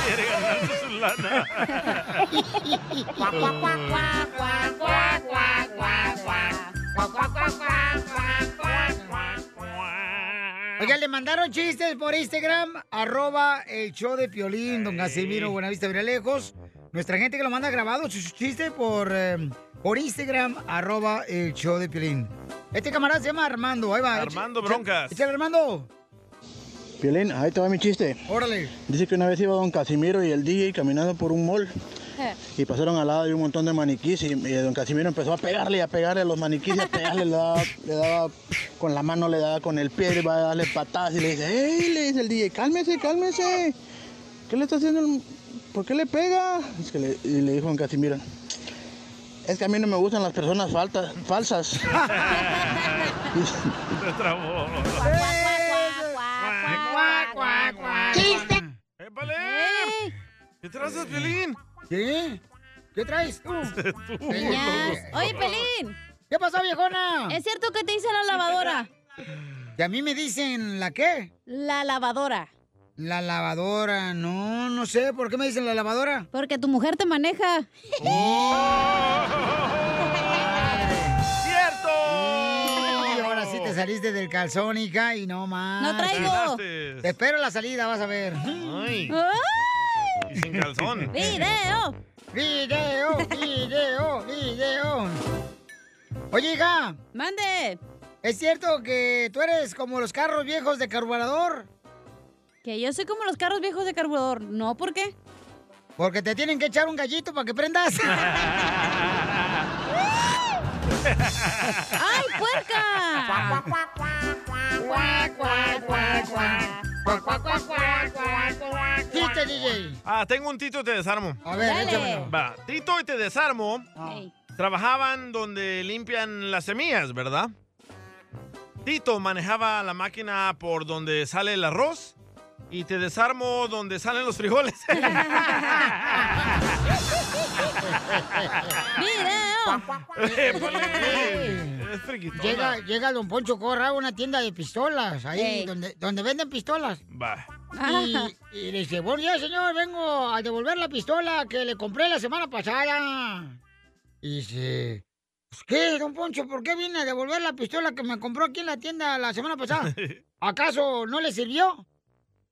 Quiere ganarse su lana. Cuac, cuac, cuac, cuac, cuac, cuac, cuac, cuac, cuac. Cuac, cuac, cuac, cuac, cuac, cuac, cuac.
Oiga, le mandaron chistes por Instagram, arroba el show de Piolín, don Casimiro, Buenavista, Viralejos. Nuestra gente que lo manda grabado sus chistes por, eh, por Instagram, arroba el show de Piolín. Este camarada se llama Armando, ahí va.
Armando
Echa- echa-
Broncas.
Échale, Armando.
Piolín, ahí te va mi chiste.
Órale.
Dice que una vez iba don Casimiro y el DJ caminando por un mall y pasaron al lado de un montón de maniquís y, y don Casimiro empezó a pegarle y a pegarle a los maniquís y a pegarle, le daba, le daba con la mano, le daba con el pie, le va a darle patadas y le dice, ¡Ey! Le dice el DJ, cálmese, cálmese. ¿Qué le está haciendo? el- ¿Por qué le pega? Es que le- y le dijo don Casimiro, Es que a mí no me gustan las personas faltas, falsas.
Se trabó.
¿Qué trazas, Pelín?
¿Qué? ¿Qué traes tú?
Niñas. Oye, Pelín.
¿Qué pasó, viejona?
¿Es cierto que te hice la lavadora?
¿Que a mí me dicen la qué?
La lavadora.
La lavadora, no, no sé, ¿por qué me dicen la lavadora?
Porque tu mujer te maneja.
Oh.
¡Cierto!
Y ahora sí te saliste del calzón, hija, y no más.
No traigo. Te
Te espero la salida, vas a ver.
Y sin calzón.
¡Video!
¡Video! ¡Video! ¡Video! Oye, hija.
¡Mande!
¿Es cierto que tú eres como los carros viejos de carburador?
Que yo soy como los carros viejos de carburador. No, ¿por qué?
Porque te tienen que echar un gallito para que prendas.
¡Ay, puerca!
¡Chiste, DJ!
Ah, tengo un Tito y te desarmo.
A ver, Dale. échamelo.
Va, Tito y te desarmo. Trabajaban donde limpian las semillas, ¿verdad? Tito manejaba la máquina por donde sale el arroz y te desarmo donde salen los frijoles. ¡Eh,
Llega, llega Don Poncho Corra a una tienda de pistolas, ahí
Ey.
donde, donde venden pistolas.
Va.
Y, y le dice, buen día, señor, vengo a devolver la pistola que le compré la semana pasada. Y dice, "Pues, ¿qué, don Poncho? ¿Por qué viene a devolver la pistola que me compró aquí en la tienda la semana pasada? ¿Acaso no le sirvió?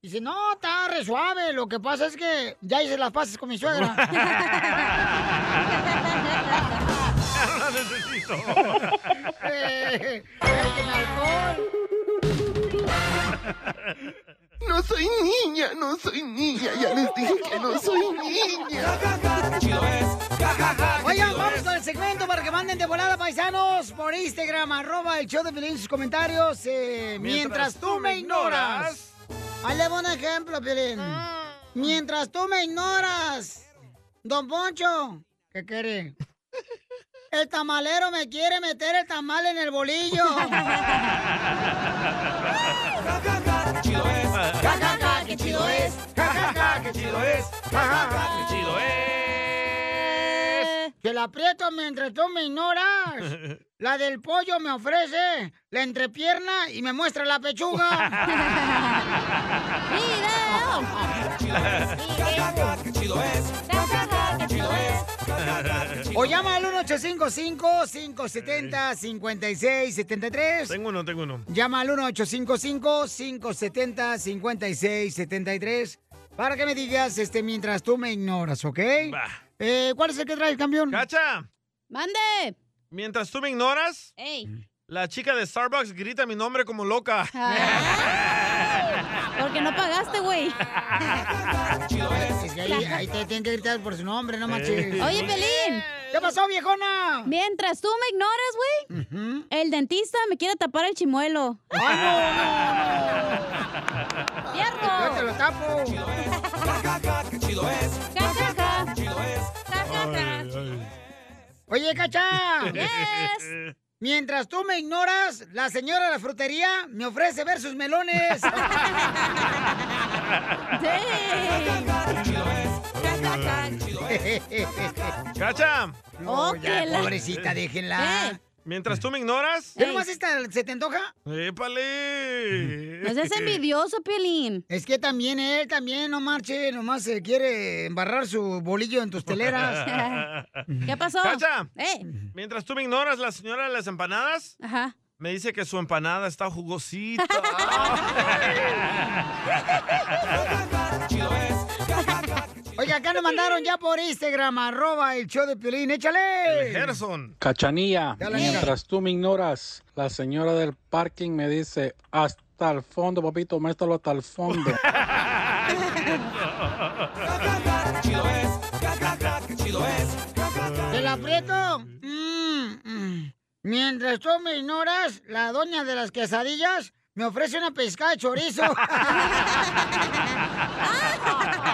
Dice, no, está re suave, lo que pasa es que ya hice las paces con mi suegra.
No la necesito.
No soy niña, no soy niña. Ya les dije que no soy niña.
Oigan, vamos con el segmento para que manden de volada paisanos por Instagram, arroba el show de Piolín, sus comentarios. eh, mientras, tú me ignoras. Ahí le va un ejemplo, Piolín. Mientras tú me ignoras, don Poncho. ¿Qué quiere? El tamalero me quiere meter el tamal en el bolillo.
qué chido es. qué chido es. qué chido es.
Se la aprieto mientras tú me ignoras. La del pollo me ofrece la entrepierna y me muestra la pechuga.
¡Qué chido es! ¡Qué chido es!
O llama al 1855-570-5673.
Tengo uno, tengo uno.
Llama al 1855-570-5673 para que me digas este mientras tú me ignoras, ¿ok? Eh, ¿Cuál es el que traes, campeón?
¡Cacha!
¡Mande!
Mientras tú me ignoras,
¡Ey!
la chica de Starbucks grita mi nombre como loca.
Ah.
Porque no pagaste, güey.
Es que ahí, ahí te tienen que gritar por su nombre, no manches.
Oye, Pelín.
¿Qué pasó, viejona?
Mientras tú me ignoras, güey, el dentista me quiere tapar el chimuelo.
Yo te lo
¡Qué
tapo.
chido es!
¡Qué
chido es!
Oye, Cacha.
Yes.
Mientras tú me ignoras, la señora de la frutería me ofrece ver sus melones.
¡Cacha!
No, ya, pobrecita, déjenla.
Mientras tú me ignoras.
¿Qué nomás esta se te antoja?
¡Épale!
No seas envidioso, Pielín. Es que también él, también, no marche, nomás se quiere embarrar su bolillo en tus teleras.
¿Qué pasó?
¡Cacha!
¡Ey!
Mientras tú me ignoras, la señora de las empanadas
Ajá.
me dice que su empanada está jugosita.
Oiga, acá nos mandaron ya por Instagram, arroba el show de Piolín, échale.
Gerson.
Cachanilla,
Ya la
mientras tú me ignoras, la señora del parking me dice, hasta el fondo, papito, métalo hasta el fondo.
¡Qué chido es! ¡Qué chido es!
¿Te la aprieto? Mm, mm. Mientras tú me ignoras, la doña de las quesadillas me ofrece una pescada de chorizo.
¡Qué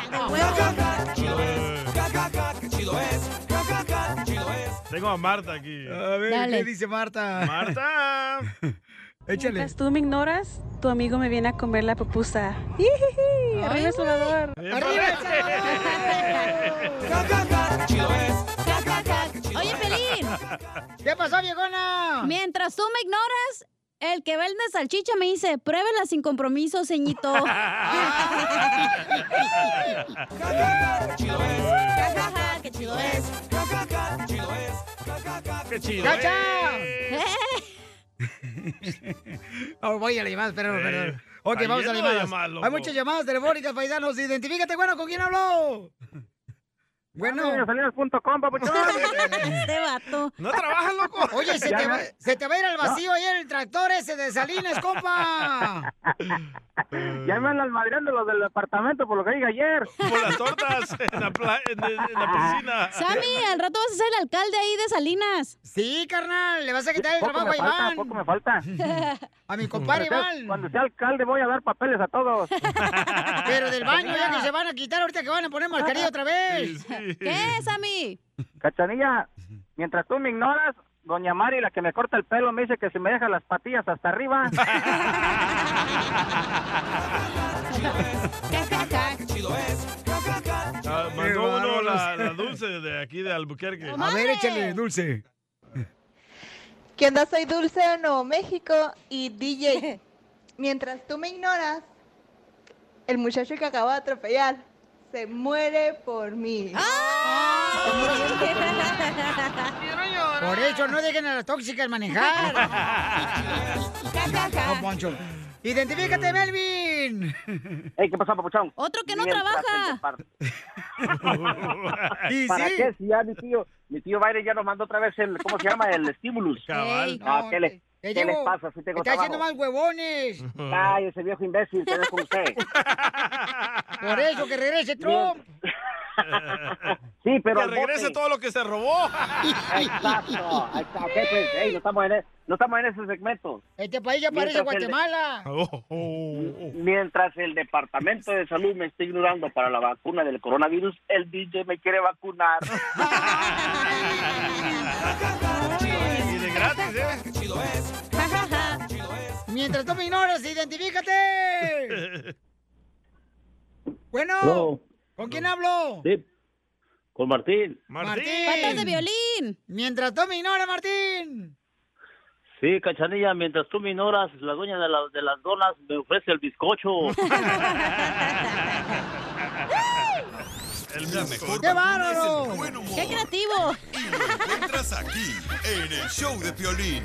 chido es! ¡Qué chido es!
Tengo a Marta aquí.
A ver,
Dale.
¿qué dice Marta?
Marta.
Échale.
Mientras tú me ignoras, tu amigo me viene a comer la pupusa. ¡Ijiji! ¡Arriba el Salvador!
¿eh?
Oye, Pelín.
¿Qué pasó, viejona?
Mientras tú me ignoras, el que vende salchicha me dice, pruébela sin compromiso, ceñito.
¡Qué chido es! ¡Qué chido es!
¡Qué
chido
¡Cacha!
es!
Ahora Oh, voy a la llamada, espera, perdón. Ok,
está
vamos a
lleno
la
de
llamada.
llamadas, loco.
Hay muchas llamadas telefónicas, paisanos. Identifícate, bueno, ¿con quién habló? Bueno.
Salinas.com, papuchón.
Este vato.
¿No trabajas, loco? Oye, se
Ya,
te,
ya.
va, se te va a ir al vacío ahí el tractor ese de Salinas, compa.
Ya me andan madreando los del departamento por lo que dije ayer.
Por las tortas en la, pla- en- en la piscina.
Sammy, al rato vas a ser el alcalde ahí de Salinas.
Sí, carnal, le vas a quitar el
Poco
trabajo a
me falta,
Iván.
poco me falta.
A mi compadre
Cuando sea-
Iván.
Cuando sea alcalde voy a dar papeles a todos.
Pero del baño ya que se van a quitar ahorita que van a poner mascarilla otra vez.
¿Qué, Sammy?
Cachanilla, mientras tú me ignoras, doña Mari, la que me corta el pelo, me dice que si me deja las patillas hasta arriba.
¡Qué chido
¿eh?
es!
Ah,
Qué
mandó uno
bárbaros.
la, la dulce de aquí de Albuquerque.
A ver, échale, dulce.
¿Qué onda? Soy Dulce de Nuevo México y DJ. Mientras tú me ignoras, el muchacho que acabo de atropellar se muere por mí.
¡Ah! Por eso no dejen a las tóxicas manejar. No, Poncho. Identifícate, Melvin.
Ey, ¿qué pasó, papuchón?
Otro
que no trabaja.
¿Y
¿Para
sí?
qué? Si ya mi tío, mi tío Baile ya nos mandó otra vez el, ¿cómo se llama? El estímulo.
Cabal. Ey,
No,
no,
¿qué, le,
te
qué les
llevo-
pasa? Si tengo
Está haciendo
trabajo. Ah.
más huevones.
Ay, ese viejo imbécil, que no es con usted.
Por eso que regrese Trump.
Sí, pero
que
al
regrese
bote.
todo lo que se robó.
Exacto, exacto. ¿Qué, pues? Ey, no, estamos en, e- no estamos en ese segmento.
Este país ya parece
Mientras el-
Guatemala.
Mientras el Departamento de Salud me está ignorando para la vacuna del coronavirus, el DJ me quiere vacunar.
y de gratis, ¿eh?
chido es!
Mientras tú me ignoras, identifícate. Bueno,
Hello.
¿con quién hablo?
Sí. Con Martín.
Patas de violín.
Mientras tú me ignoras, Martín.
Sí, cachanilla, mientras tú me ignoras, la dueña de, la- de las donas me ofrece el bizcocho.
La mejor
¡Qué
vacuna es
bárbaro!
el buen humor.
¡Qué creativo!
Lo encuentras aquí, en el show de Piolín.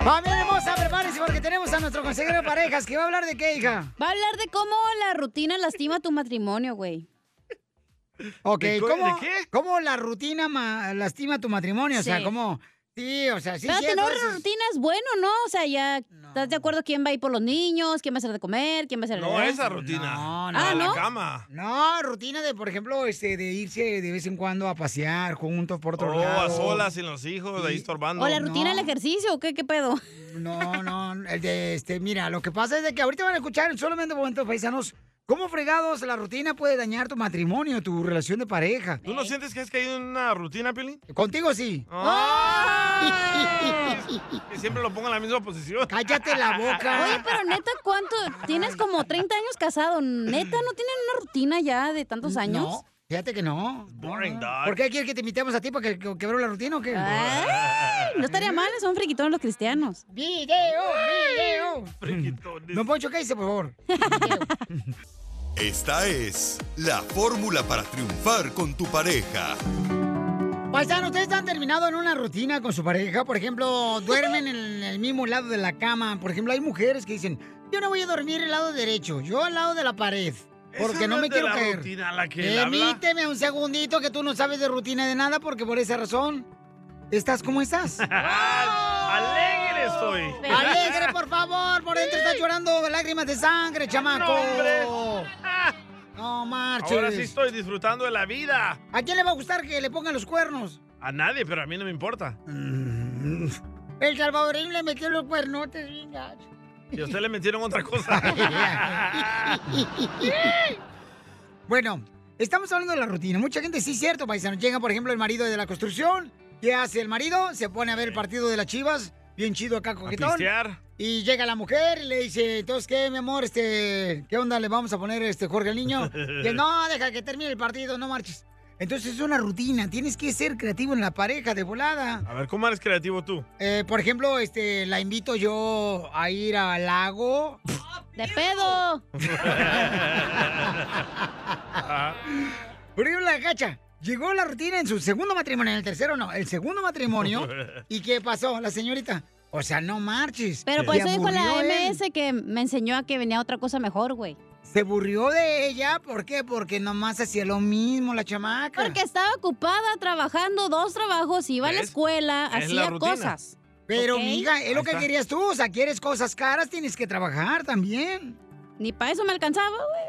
Familia hermosa, prepárense porque tenemos a nuestro consejero de parejas que va a hablar de qué, hija.
Va a hablar de cómo la rutina lastima tu matrimonio, güey.
Ok,
¿De co-
¿cómo,
de qué?
¿cómo la rutina ma- lastima tu matrimonio? O sea,
Sí.
¿cómo? Sí, o sea, sí.
Pero
sí,
tener
entonces-
rutina es bueno, ¿no? O sea, ya estás de acuerdo quién va a ir por los niños, quién va a hacer de comer, quién va a hacer
No,
de- ah,
esa rutina. No,
no.
A
Ah,
la
¿no?
cama.
No, rutina de, por ejemplo, este, de irse de vez en cuando a pasear juntos por otro
O
lado.
Oh, a solas, sin los hijos, ahí estorbando.
O la rutina del ejercicio, ¿o ¿qué, qué pedo?
No, no, el de este, mira, lo que pasa es de que ahorita van a escuchar solamente momentos paisanos. ¿Cómo fregados la rutina puede dañar tu matrimonio, tu relación de pareja?
¿Tú no sientes que has caído en una rutina, Pili?
Contigo sí.
Que Ah. siempre lo pongo en la misma posición.
Cállate la
Oye, pero neta, ¿cuánto? Tienes como 30 años casado. ¿Neta no tienen una rutina ya de tantos años?
No, fíjate que no.
Boring, dog.
¿Por qué quieres que te invitemos a ti para que que- quebró la rutina o qué?
¿Eh?
¿Eh?
No estaría mal, son friquitones los cristianos.
¡Video! ¡Video! Don Poncho, ¿qué dice, por favor?
Esta es la fórmula para triunfar con tu pareja.
Paisano, ¿ustedes han terminado en una rutina con su pareja? Por ejemplo, duermen en el mismo lado de la cama. Por ejemplo, hay mujeres que dicen, yo no voy a dormir el lado derecho, yo al lado de la pared. Porque
Esa
no,
no
me
es de
quiero
la
caer.
rutina la que él habla.
Permíteme un segundito que tú no sabes de rutina de nada porque por esa razón estás como estás.
¡Alegre soy!
Alegre, por favor, por dentro está llorando lágrimas de sangre, chamaco.
hombre.
No marches.
Ahora sí estoy disfrutando de la vida.
¿A quién le va a gustar que le pongan los cuernos? Mm.
A nadie, pero a mí no me importa.
El salvadoreño le metió los cuernotes, bien gacho.
Y a usted le metieron otra cosa.
bueno, estamos hablando de la rutina. Mucha gente sí es cierto, paisano. Llega, por ejemplo, el marido de la construcción. ¿Qué hace el marido? Se pone a ver el partido de las chivas. Bien chido acá, coquetón.
pistear.
Y llega la mujer y le dice, entonces, ¿qué, mi amor? Este, ¿Qué onda le vamos a poner este Jorge al niño? Y él, no, deja que termine el partido, no marches. Entonces es una rutina, tienes que ser creativo en la pareja de volada.
A ver, ¿cómo eres creativo tú?
Eh, por ejemplo, este, la invito yo a ir al lago.
¡De pedo!
Por ejemplo, la gacha. Llegó la rutina en su segundo matrimonio, en el tercero no, el segundo matrimonio. ¿Y qué pasó? La señorita. O sea, no marches.
Pero pues, por
Se
eso dijo la
aburrió él.
MS que me enseñó a que venía otra cosa mejor, güey.
Se aburrió de ella, ¿por qué? Porque nomás hacía lo mismo la chamaca.
Porque estaba ocupada trabajando dos trabajos, iba a la
¿Ves?
escuela, hacía cosas.
Pero,
¿Ok?
miga, es lo que querías tú. O sea, quieres cosas caras, tienes que trabajar también.
Ni para eso me alcanzaba, güey.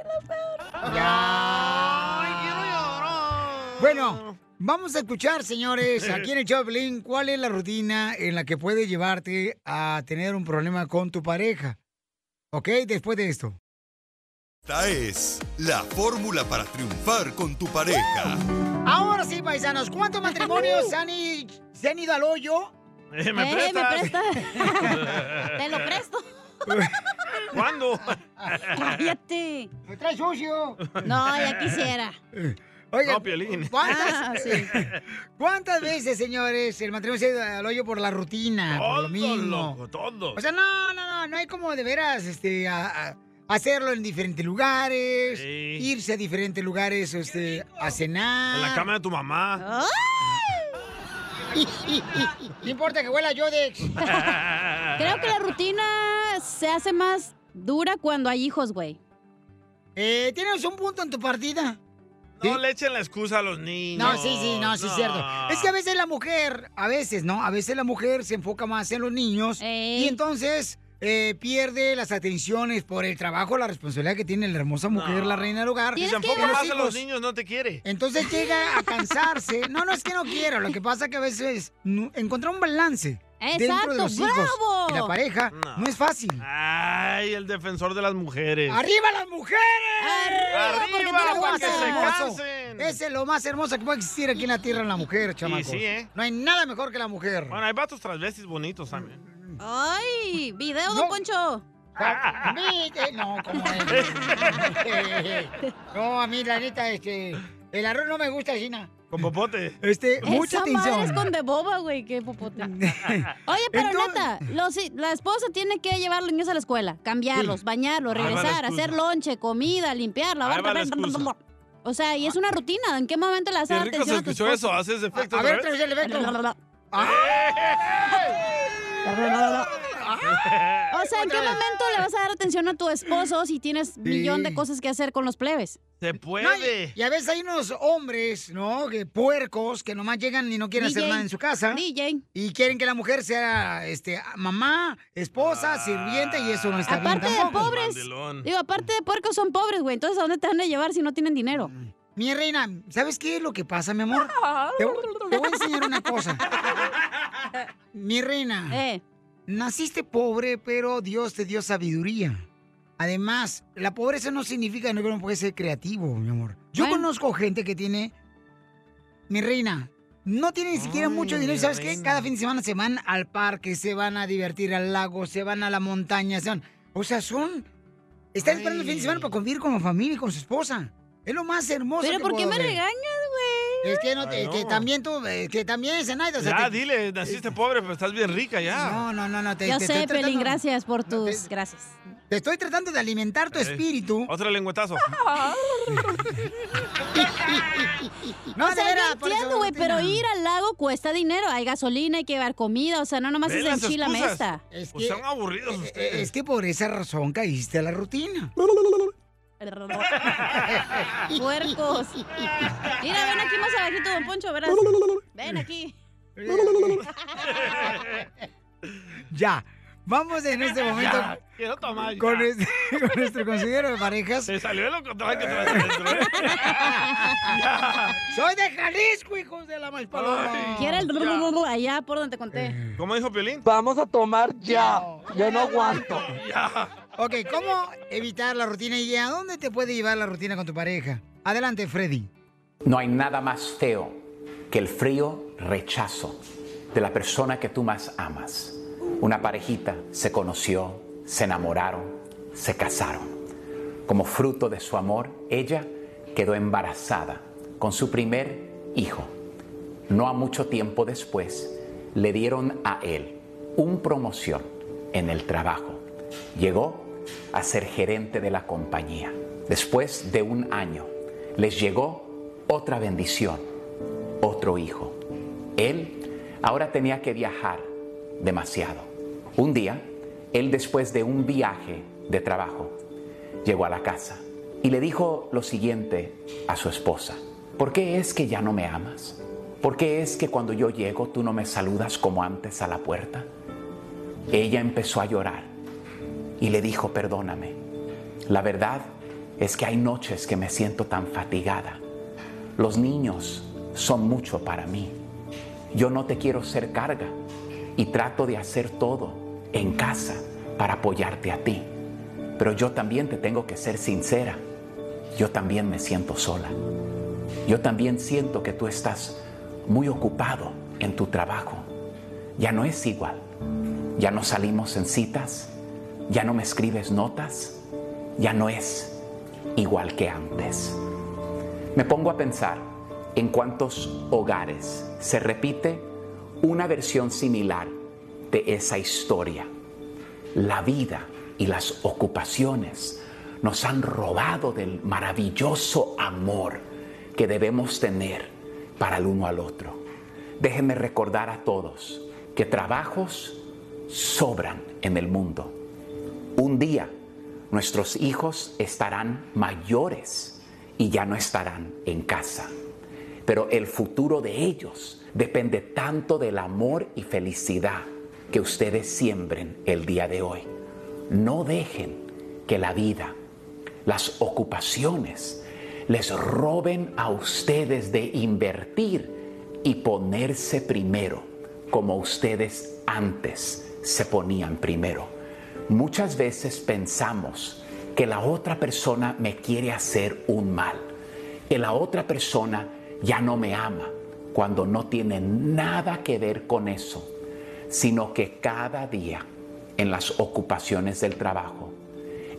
Bueno, vamos a escuchar, señores, aquí en el Choplin, cuál es la rutina en la que puede llevarte a tener un problema con tu pareja. ¿Ok? Después de esto.
Esta es la fórmula para triunfar con tu pareja.
Ahora sí, paisanos, ¿cuántos matrimonios se han, i- se han ido al hoyo?
Eh, ¿me Eh, ¿me prestas?
Te lo
presto.
¿Cuándo?
Cállate.
Me traes sucio.
No, ya quisiera.
Eh, Oiga,
No, Piolín.
¿cuántas,
Ah,
¿Cuántas veces, señores, el matrimonio se ha ido al hoyo por la rutina? por lo
Todo
mismo? Pues,
loco, todo.
O sea, no, no, no, no hay como de veras este, a- a- hacerlo en diferentes lugares, irse a diferentes lugares este, a cenar.
en la cama de tu
Ah.
mamá.
no importa que huela yo de...
Creo que la rutina se hace más dura cuando hay hijos, güey.
Eh, tienes un punto en tu partida.
No le echen la excusa a los niños.
No, sí, sí, no, sí, es cierto. Es que a veces la mujer, a veces, ¿no? A veces la mujer se enfoca más en los niños y entonces eh, pierde las atenciones por el trabajo, la responsabilidad que tiene la hermosa mujer, la reina del hogar.
Si se
tampoco
enfoca más a los niños, no te quiere.
Entonces llega a cansarse. No, no es que no quiera. Lo que pasa que a veces no- encontrar un balance dentro de
Exacto,
los hijos
bravo.
y la pareja no, es fácil.
Ay, el defensor de las mujeres.
¡Arriba las mujeres!
¡Arriba, porque tú eres para guapo! que se
Ese es lo más hermoso que puede existir aquí en la tierra, la mujer, chamacos.
sí, ¿eh?
No hay nada mejor que la mujer.
Bueno, hay vatos transvestis bonitos también.
¡Ay! ¡Video, don Poncho!
Ah, mi- eh, No, ¿cómo es? No, a mí, la neta, este. El arroz no me gusta, Gina.
Con popote.
Este, mucha
Esa madre es
atención.
con de boba, güey, qué popote. Oye, pero neta, los hi- la esposa tiene que llevar los niños a la escuela, cambiarlos, bañarlos,
Ahí va la
regresar,
excusa.
hacer lonche, comida, limpiar, lavar,
Ahí va la
bla, bla, bla,
excusa.
bla, bla. O sea, y es una rutina. ¿En qué momento le das
Qué rico se
atención a tu
escuchó
esposa?
eso. ¿Haces efecto
A
otra
ver,
vez?
otra vez el efecto. Ah. Bla, bla, bla. O sea, ¿en qué momento le vas a dar atención a tu esposo si tienes millón de cosas que hacer con los plebes?
Se puede.
No, y, y a veces hay unos hombres, ¿no? Que puercos que nomás llegan y no quieren hacer
DJ.
nada en su casa.
DJ.
Y quieren que la mujer sea este mamá, esposa,
Ah.
sirvienta y eso no está
Aparte
bien
de
tampoco.
pobres, digo, aparte de puercos son pobres, güey. Entonces, ¿a dónde te van a llevar si no tienen dinero?
Mi reina, ¿sabes qué es lo que pasa, mi amor? Te, vo- te voy a enseñar una cosa. Mi reina,
Eh.
naciste pobre, pero Dios te dio sabiduría. Además, la pobreza no significa no que no puedes ser creativo, mi amor. Yo conozco gente que tiene, mi reina, no tiene ni siquiera mucho dinero. ¿Y ¿Sabes qué? Cada fin de semana se van al parque, se van a divertir al lago, se van a la montaña, se van. O sea, son. Están esperando el fin de semana para convivir con la familia y con su esposa. Es lo más hermoso.
Pero
que
¿por qué
puedo
me
haber.
regañas, güey?
Es que, no,
Ay,
es que
no.
también tú, es que también, Zenaida. o sea,
ya,
te-
dile, naciste pobre, pero estás bien rica ya.
No, no, no, no. Te,
Yo
te
sé,
estoy tratando-
Pelín, gracias por tus... Gracias.
Te estoy tratando de alimentar tu
Eh,
espíritu.
Otro lengüetazo.
No,
o
de
sea,
veras,
yo
por eso
entiendo,
la
güey, pero
rutina.
ir al lago cuesta dinero. Hay gasolina, hay que llevar comida. O sea, no nomás
Ve
es
las
enchila
excusas.
mesa.
Es
Pues son aburridos
Eh,
ustedes.
Es que por esa razón caíste a la rutina.
Puercos. Mira, ven aquí más abajito, don Poncho, verás. Ven aquí.
Ya. Vamos en este momento
Ya, quiero tomar. ya.
con, este- con nuestro consejero de parejas.
Se salió el control que traes adentro, ¿eh?
Soy de Jalisco, hijos de la más paloma. Eh.
Quiera el rurururu allá por donde te conté.
¿Cómo dijo Piolín?
Vamos a tomar ya.
Yo no
aguanto.
Ya.
Ok, ¿cómo evitar la rutina y a dónde te puede llevar la rutina con tu pareja? Adelante, Freddy.
No hay nada más feo que el frío rechazo de la persona que tú más amas. Una parejita se conoció, se enamoraron, se casaron. Como fruto de su amor, ella quedó embarazada con su primer hijo. No a mucho tiempo después, le dieron a él un promoción en el trabajo. Llegó a ser gerente de la compañía. Después de un año, les llegó otra bendición, otro hijo. Él ahora tenía que viajar demasiado. Un día, él después de un viaje de trabajo, llegó a la casa y le dijo lo siguiente a su esposa. ¿Por qué es que ya no me amas? ¿Por qué es que cuando yo llego tú no me saludas como antes a la puerta? Ella empezó a llorar y le dijo, perdóname. La verdad es que hay noches que me siento tan fatigada. Los niños son mucho para mí. Yo no te quiero ser carga y trato de hacer todo en casa para apoyarte a ti. Pero yo también te tengo que ser sincera. Yo también me siento sola. Yo también siento que tú estás muy ocupado en tu trabajo. Ya no es igual. Ya no salimos en citas. Ya no me escribes notas. Ya no es igual que antes. Me pongo a pensar en cuántos hogares se repite una versión similar de esa historia. La vida y las ocupaciones nos han robado del maravilloso amor que debemos tener para el uno al otro. Déjenme recordar a todos que trabajos sobran en el mundo. Un día nuestros hijos estarán mayores y ya no estarán en casa. Pero el futuro de ellos depende tanto del amor y felicidad que ustedes siembren el día de hoy. No dejen que la vida, las ocupaciones, les roben a ustedes de invertir y ponerse primero, como ustedes antes se ponían primero. Muchas veces pensamos que la otra persona me quiere hacer un mal, que la otra persona ya no me ama, cuando no tiene nada que ver con eso, sino que cada día en las ocupaciones del trabajo,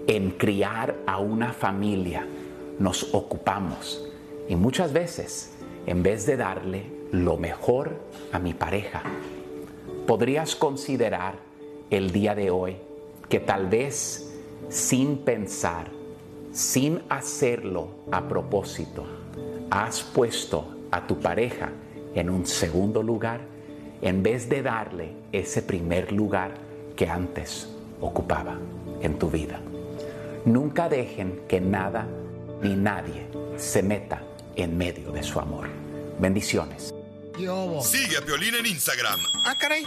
en criar a una familia, nos ocupamos. Y muchas veces, en vez de darle lo mejor a mi pareja, podrías considerar el día de hoy que tal vez sin pensar, sin hacerlo a propósito, has puesto a tu pareja en un segundo lugar en vez de darle ese primer lugar que antes ocupaba en tu vida. Nunca dejen que nada ni nadie se meta en medio de su amor. Bendiciones.
Sigue a Violín en Instagram.
Ah, caray.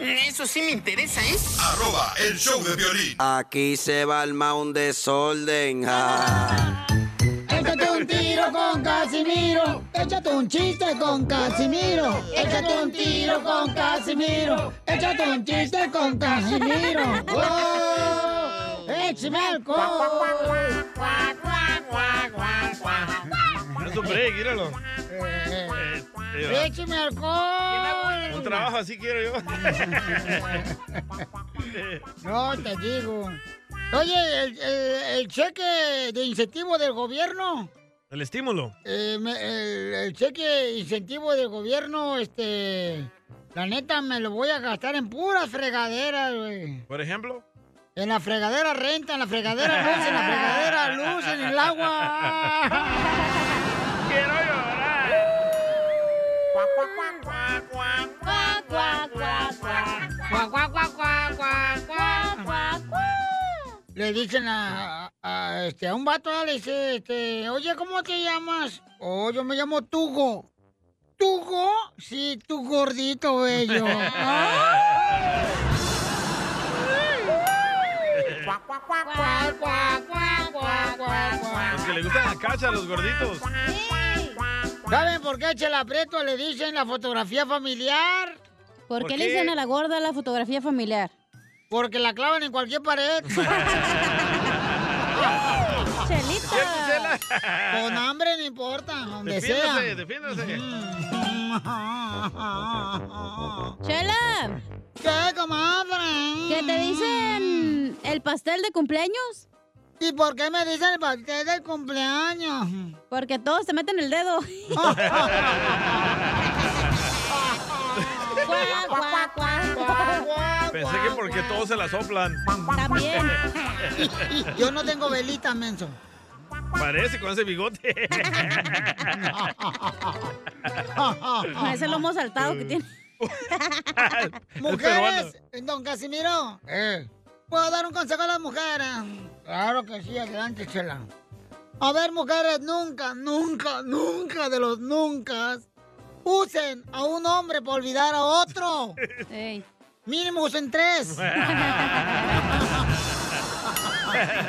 Eso sí me interesa, ¿eh?
Arroba el show de violín.
Aquí se va el mound desorden. ja.
Échate un tiro con Casimiro. Échate un chiste con Casimiro. Échate un tiro con Casimiro. Échate un chiste con Casimiro. ¡Oh! ¡Échame alcohol!
Es un break, míralo. Eh,
¡Échame alcohol!
un trabajo así quiero yo.
No, te digo. Oye, el, el- el cheque de incentivo del gobierno,
El estímulo.
eh, me- el, el cheque de incentivo del gobierno, este, la neta me lo voy a gastar en puras fregaderas, güey.
Por ejemplo.
En la fregadera renta, en la fregadera luz, en la fregadera luz, en el agua.
Quiero
Le dicen a, a- a, este, a un vato, ah, le dice, este, oye, ¿cómo te llamas? Oh, yo me llamo Tugo. ¿Tugo? Sí, tu gordito bello.
Los que le gustan la cacha a los gorditos.
¿Saben por qué Chela Prieto le dicen la fotografía familiar?
¿Por, qué, le dicen a la gorda la fotografía familiar?
Porque la clavan en cualquier pared. Chelita. Con hambre no importa, donde sea.
Defiéndase, defiéndase.
Chela.
¿Qué, comadre?
¿Qué te dicen el pastel de cumpleaños?
¿Y por qué me dicen el pastel de cumpleaños?
Porque todos te meten el dedo.
Pensé que porque todos se la soplan.
También.
Yo no tengo velita, menso.
Parece con ese bigote.
No, es el lomo saltado que tiene.
Mujeres, eh, don Casimiro, ¿puedo dar un consejo a las mujeres? Claro que sí, adelante, chela. A ver, mujeres, nunca, nunca, nunca de los nunca usen a un hombre para olvidar a otro. Mínimo usen tres.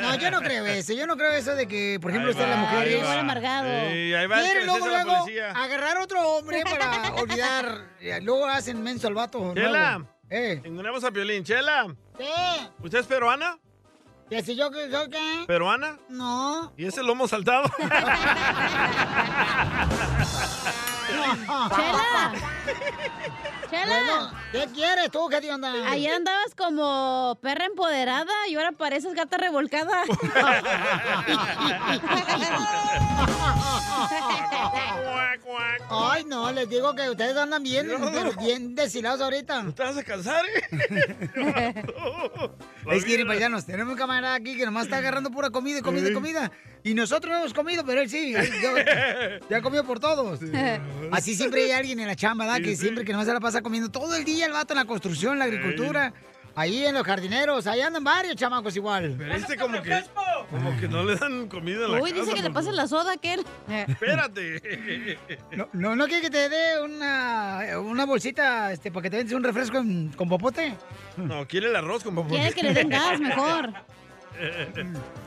No, yo no creo eso. Yo no creo eso de que, por ejemplo,
Ahí
están
va,
las mujeres.
ahí va. Sí, ahí va el
Quieren
que
luego,
les hace la
luego,
policía.
agarrar otro hombre para olvidar. Luego hacen menso al vato.
Chela.
nuevo. Eh.
Engunamos a Piolín. Chela.
¿Qué?
¿Usted es peruana?
¿Que si yo que- yo qué?
¿Peruana?
No.
¿Y ese lomo saltado?
Chela. Chela.
¿Qué quieres tú? ¿Qué te onda?
Ayer andabas como perra empoderada y ahora pareces gata revolcada.
Ay, no, les digo que ustedes andan bien, pero bien deshilados ahorita. ¿Te
vas a cansar,
eh? es que, miren, paisanos, tenemos un camarada aquí que nomás está agarrando pura comida y comida y comida. Y nosotros no hemos comido, pero él sí. él ya, ya comió por todos. Así siempre hay alguien en la chamba, ¿verdad? Que siempre que nomás se la pasa comiendo todo el día el vato en la construcción, en la agricultura. Ahí en los jardineros, ahí andan varios chamacos igual.
Pero este como que, como que no le dan comida a la
Uy,
casa,
dice
pues,
que te
porque-
pases la soda aquel.
Espérate.
No, no, no quiere que te dé una, una bolsita este, para que te vendes un refresco en- con popote.
No, quiere el arroz con papas.
Quiere que le den gas mejor.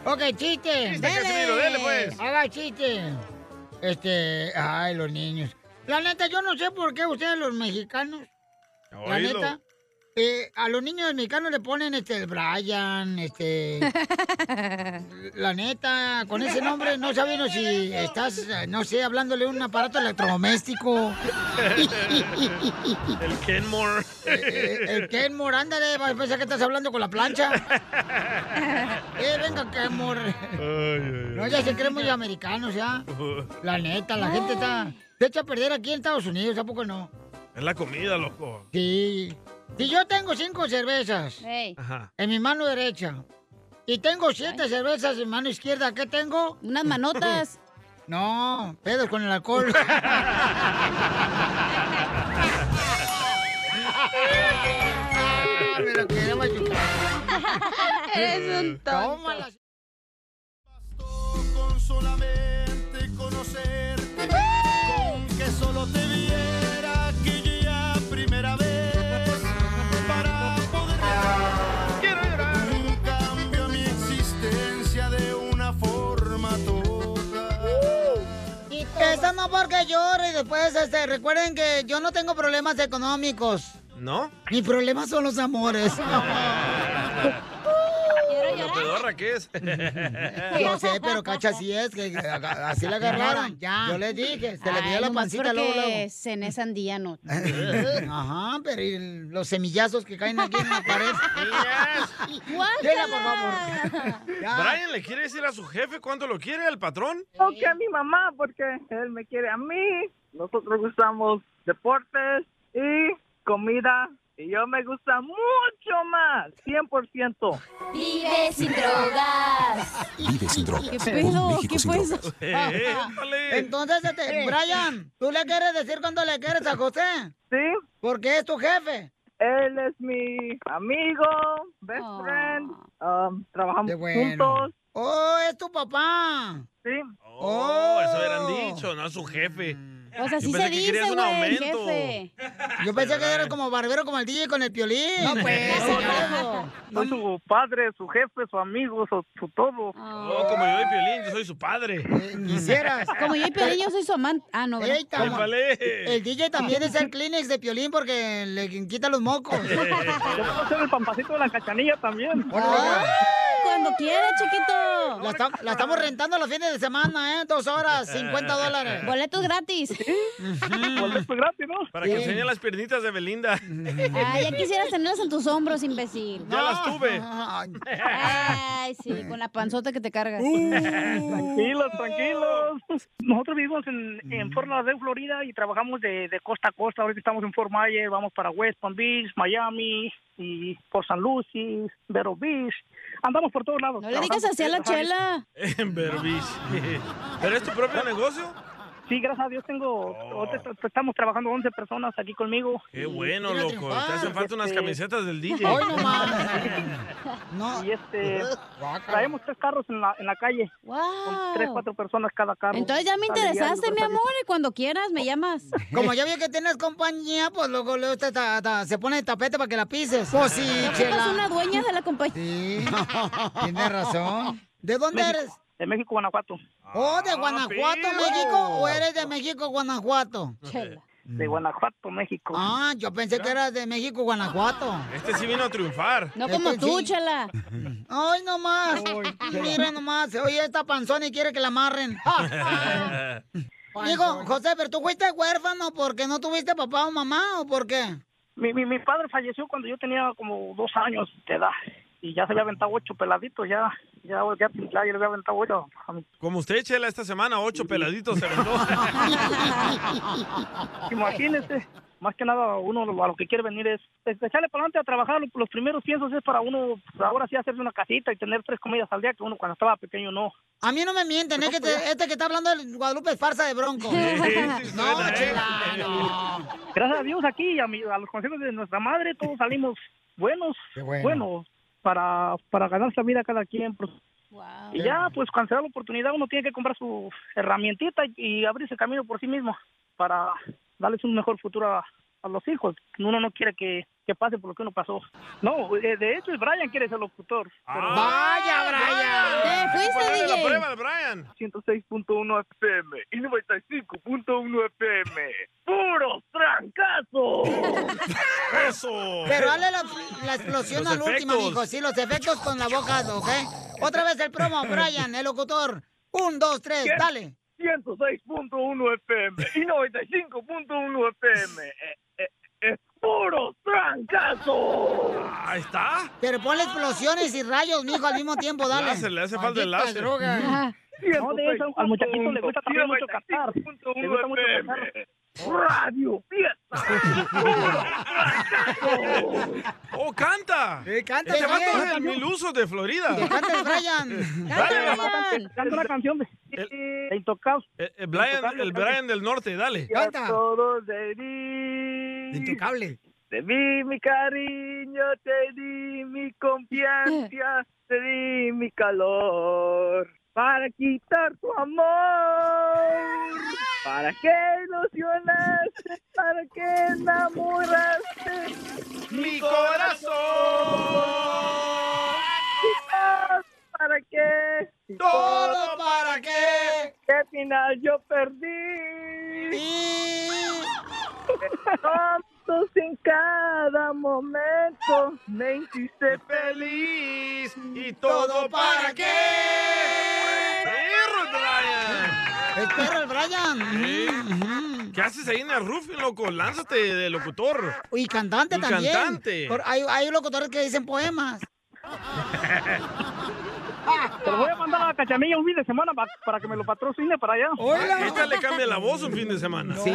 Ok, chiste.
Chiste, Casimiro, dele, pues.
Haga chiste. Este, ay, los niños. La neta, yo no sé por qué ustedes los mexicanos, la
Oílo.
neta, eh, a los niños mexicanos le ponen este el Brian, este, la neta, con ese nombre no sabemos si estás, eh, no sé, hablándole un aparato electrodoméstico.
el Kenmore.
Eh, El Kenmore, ándale, va a pensar que estás hablando con la plancha. Eh, venga, Kenmore. No, ya se creen muy americanos, ya. La neta, la gente está... Se echa a perder aquí en Estados Unidos, ¿a poco no?
Es la comida, loco.
Sí. Si yo tengo cinco cervezas
Ajá.
en mi mano derecha y tengo siete cervezas en mano izquierda, ¿qué tengo?
Unas manotas.
No, pedos con el alcohol.
Ah,
Pero queremos
Eres un tonto.
Tómala.
Con solamente conocerte, con que solo te viera aquella primera vez para poder llorar un cambio a mi existencia de una forma total.
Y Eso no porque llore y después este, recuerden que yo no tengo problemas económicos.
¿No?
Mis problemas son los amores.
Con Lo pedorra que es.
No sé, pero cacha así es, que a- a- así la agarraron.
Ya.
Yo le dije, se le
Ay,
pidió la
nomás
pancita luego,
porque
luego.
Cené sandía no.
Ajá, pero ¿y el- los semillazos que caen aquí en la pared. Chela, por favor.
Brian le quiere decir a su jefe cuánto lo quiere, al patrón.
Tengo que a mi mamá porque él me quiere a mí. Nosotros gustamos deportes y comida. Y yo me gusta mucho más, 100%.
Vive sin drogas.
Vive sin drogas.
¿Qué pedo?
México
¿Qué
sin
fue
drogas.
Entonces, este, Brian, ¿tú le quieres decir cuánto le quieres a José?
Sí.
Porque es tu jefe.
Él es mi amigo, best friend. Um, trabajamos juntos.
Oh, es tu papá.
Sí.
Oh, eso hubieran dicho, no a su jefe.
Mm. O sea,
Yo pensé que querías un aumento. eh.
Yo pensé que era como barbero, como el DJ con el piolín. No, pues,
Soy su padre, su jefe, su amigo, su, su todo.
Oh, como yo y Piolín, yo soy su padre.
Quisieras.
Como yo y Pelín, yo soy su amante. Ah, no, ¿verdad?
Ey, tamo-
Épale.
El DJ también es el Kleenex de Piolín porque le quita los mocos.
Yo puedo ser el pampacito de la cachanilla también.
Órale,
Con cuando quiera, chiquito.
La, esta- la estamos rentando los fines de semana, ¿eh? Dos horas, 50 dólares.
Boletos gratis.
Pues,
Boleto
gratis, ¿no?
Para que
Sí.
enseñe las piernitas de Belinda.
Ay, ya quisieras tenerlas en tus hombros, imbécil.
Ya las tuve.
Ah. Ay, sí, con la panzota que te cargas.
Uh.
Tranquilos, tranquilos. Nosotros vivimos en, en Fort Lauderdale, Florida, y trabajamos de, de costa a costa. Ahorita estamos en Fort Myers, vamos para West Palm Beach, Miami, y por San Luis, Vero Beach. Andamos por todos lados.
No le digas así a la chela.
En Berbich. ¿Pero es tu propio negocio?
Sí, gracias a Dios tengo, ahorita est- estamos trabajando 11 personas aquí conmigo.
Qué bueno, loco. Te hacen falta unas camisetas del DJ.
Y este, traemos tres carros en la, en la calle. Con tres, cuatro personas cada carro.
Entonces ya me
Sale
interesaste,
diario, gracias
mi
a Dios.
amor, y cuando quieras me llamas.
Como ya vi que tienes compañía, pues luego, luego te- ta- ta- se pone el tapete para que la pises. Pues sí,
¿No
chela.
ocupas una dueña de la compañía?
Sí, tienes razón. ¿De dónde
México.
eres?
De México, Guanajuato.
Ah,
¿O Oh, de Guanajuato,
pero-
México? ¿O eres de México, Guanajuato?
De Guanajuato, México.
Ah, yo pensé que eras de México, Guanajuato.
Este sí vino a triunfar.
Este sí. Ay, nomás. Mira nomás. Oye, esta panzona y quiere que la amarren. Digo, José, pero tú fuiste huérfano porque no tuviste papá o mamá o por qué?
Mi, mi, mi padre falleció cuando yo tenía como dos años de edad. Y ya se había aventado ocho peladitos, ya. Ya, ya, ya le había aventado ocho a mi
Como usted, Chela, esta semana ocho peladitos se vendó.
Imagínese, más que nada uno lo- a lo que quiere venir es, es echarle para adelante a trabajar. Lo- Los primeros piensos es para uno, pues, ahora sí hacerse una casita y tener tres comidas al día que uno cuando estaba pequeño no.
A mí no me mienten, es que te- este que está hablando el Guadalupe es farsa de bronco. No, chela, no.
Gracias a Dios aquí y a, mi- a los consejos de nuestra madre todos salimos buenos,
bueno.
buenos para, para ganarse la vida cada quien. pues. Y ya, pues cuando se da la oportunidad uno tiene que comprar su herramientita y, y abrirse camino por sí mismo para darles un mejor futuro a, a los hijos. Uno no quiere que, que pase por lo que uno pasó. No, eh, de hecho el Brian quiere ser locutor. pero-
¡Vaya,
Ah, Brian!
Te fuiste,
Ponerle la
DJ.
prueba
al Brian.
106.1 FM y 95.1 FM. ¡Puros trancazos!
¡Eso!
Pero dale la, la explosión
Los
al último,
efectos.
mijo. Sí, los efectos con la boca, ¿ok? Otra vez el promo, Brian, el locutor. Un, dos, tres,
¿Qué?
dale.
106.1 FM y 95.1 FM. Eh, eh, ¡Es puro trancazo!
Ah, Ahí está.
Pero ponle explosiones y rayos, mijo, al mismo tiempo, dale.
Láser, le hace falta el
Maldita
láser.
droga.
No, de eso, al muchachito le gusta también mucho cantar. Le gusta mucho cantar. Radio,
¡Oh, canta!
Eh, canta
Este vato
bien.
es el Miluso de Florida.
¡Canta el Brian!
Dale,
Canta una canción de de Intocables.
eh, eh, Brian, el Brian del Norte, dale.
A todos de mí.
Intocable.
Te di mi cariño, te di mi confianza, te di mi calor. Para quitar tu amor. Para que ilusionaste, para que enamoraste.
Mi corazón.
¿Para qué?
Todo para
qué. ¿Qué final yo perdí? Tontos en cada momento me hiciste
feliz. ¿Y todo para qué? ¡Perro, Brian!
¡Es perro el Brian!
¿Qué haces ahí en el roofing, loco? Lánzate de locutor.
Y cantante
Y
también.
cantante.
Por- hay, hay locutores que dicen poemas.
Te lo voy a mandar a Cachanilla un fin de semana pa- para que me lo patrocine para allá.
Esta le cambia la voz un fin de semana.
Sí.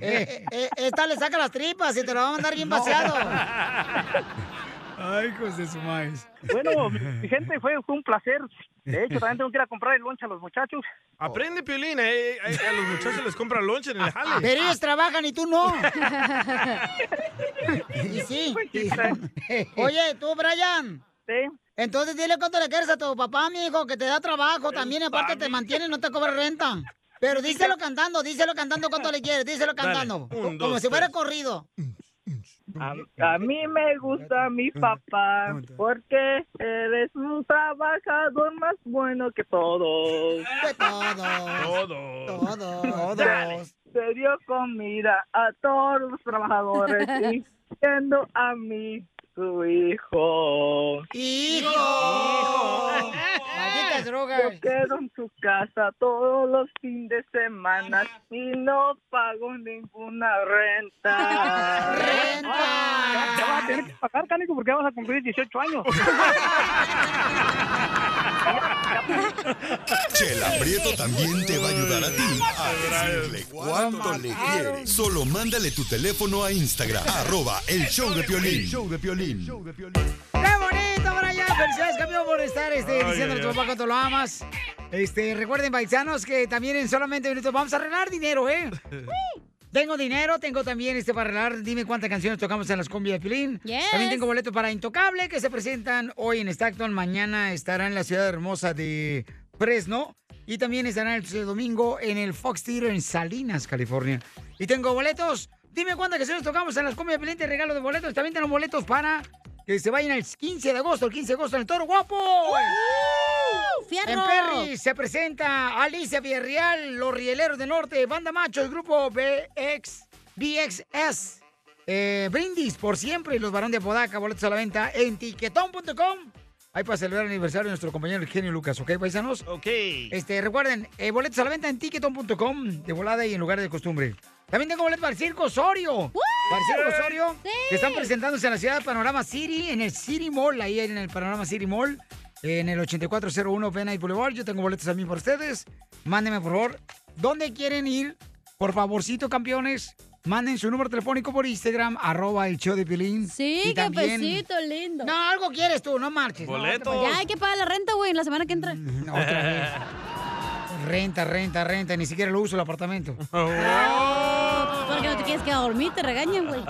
Eh, eh, esta le saca las tripas y te lo va a mandar bien vaciado.
Ay, hijos de su maíz. Bueno, mi mi gente, fue, fue un placer. De hecho, también tengo que ir a comprar el lonche a los muchachos.
Aprende, Piolín. eh, eh, a los muchachos les compra lonche en el jale.
Pero ellos trabajan y tú no. Y sí. Oye, tú, Brian.
Sí.
Entonces dile cuánto le quieres a tu papá, mi hijo, que te da trabajo también, aparte te mantiene y no te cobra renta. Pero díselo cantando, díselo cantando cuánto le quieres, díselo
Dale.
cantando.
Un,
Como
dos,
si fuera
tres.
corrido.
A, a mí me gusta mi papá porque eres un trabajador más bueno que todos.
Eh,
Que todos.
Todos.
Todos.
Se dio comida a todos los trabajadores, incluyendo a mí.
su hijo.
¡Hijo!
Eh,
¡Malditas drogas! Yo quedo en su casa todos los fines de semana y no pago ninguna renta.
Ah,
¡Renta!
Te vas a tener que pagar, Canico, porque vas a cumplir 18 años.
Chela Prieto también te va a ayudar a ti a decirle cuánto le quiere. Solo mándale tu teléfono a Instagram, arroba el show de Piolín. show de
¡Qué bonito, Brian! Felicidades, campeón, por estar este,
Ay,
diciendo a
ay,
tu
ay.
papá cuánto lo amas. Este, recuerden, paisanos, que también en solamente minutos vamos a arreglar dinero, ¿eh? Tengo dinero, tengo también este para arreglar. Dime cuántas canciones tocamos en las combi de Pilín.
Yes.
También tengo boletos para Intocable que se presentan hoy en Stockton. Mañana estará en la ciudad hermosa de Fresno. Y también estarán el domingo en el Fox Theater en Salinas, California. Y tengo boletos. Dime cuántas canciones tocamos en las combi de Pilín. Te regalo de boletos. También tengo boletos para que se vayan el 15 de agosto, el 15 de agosto en el Toro Guapo.
¡Fierro!
En Perry se presenta Alicia Villarreal, Los Rieleros del Norte, Banda Macho, el grupo BX, BXS, eh, Brindis por siempre y los Barón de Podaca, boletos a la venta en tiquetón.com. Ahí para celebrar el aniversario de nuestro compañero Eugenio Lucas, ¿ok, paisanos?
Ok.
Este, recuerden, eh, boletos a la venta en tiquetón.com, de volada y en lugar de costumbre. También tengo boletos para el Circo Osorio. Para el Circo Osorio,
Sí.
que están presentándose en la ciudad de Panorama City, en el City Mall, ahí en el Panorama City Mall, en el 8401 Benay Boulevard. Yo tengo boletos también para ustedes. Mándenme, por favor, dónde quieren ir. Por favorcito, campeones, manden su número telefónico por Instagram, arroba el show de Pilín. Sí,
Y cafecito lindo.
No, algo quieres tú, no marches. no, vete
Boleto.
para allá.
ya hay que pagar la renta, güey, en la semana que entra.
Otra vez. Renta, renta, renta. Ni siquiera lo uso el apartamento.
Oh. Porque no te quieres quedar a dormir, te regañan, güey.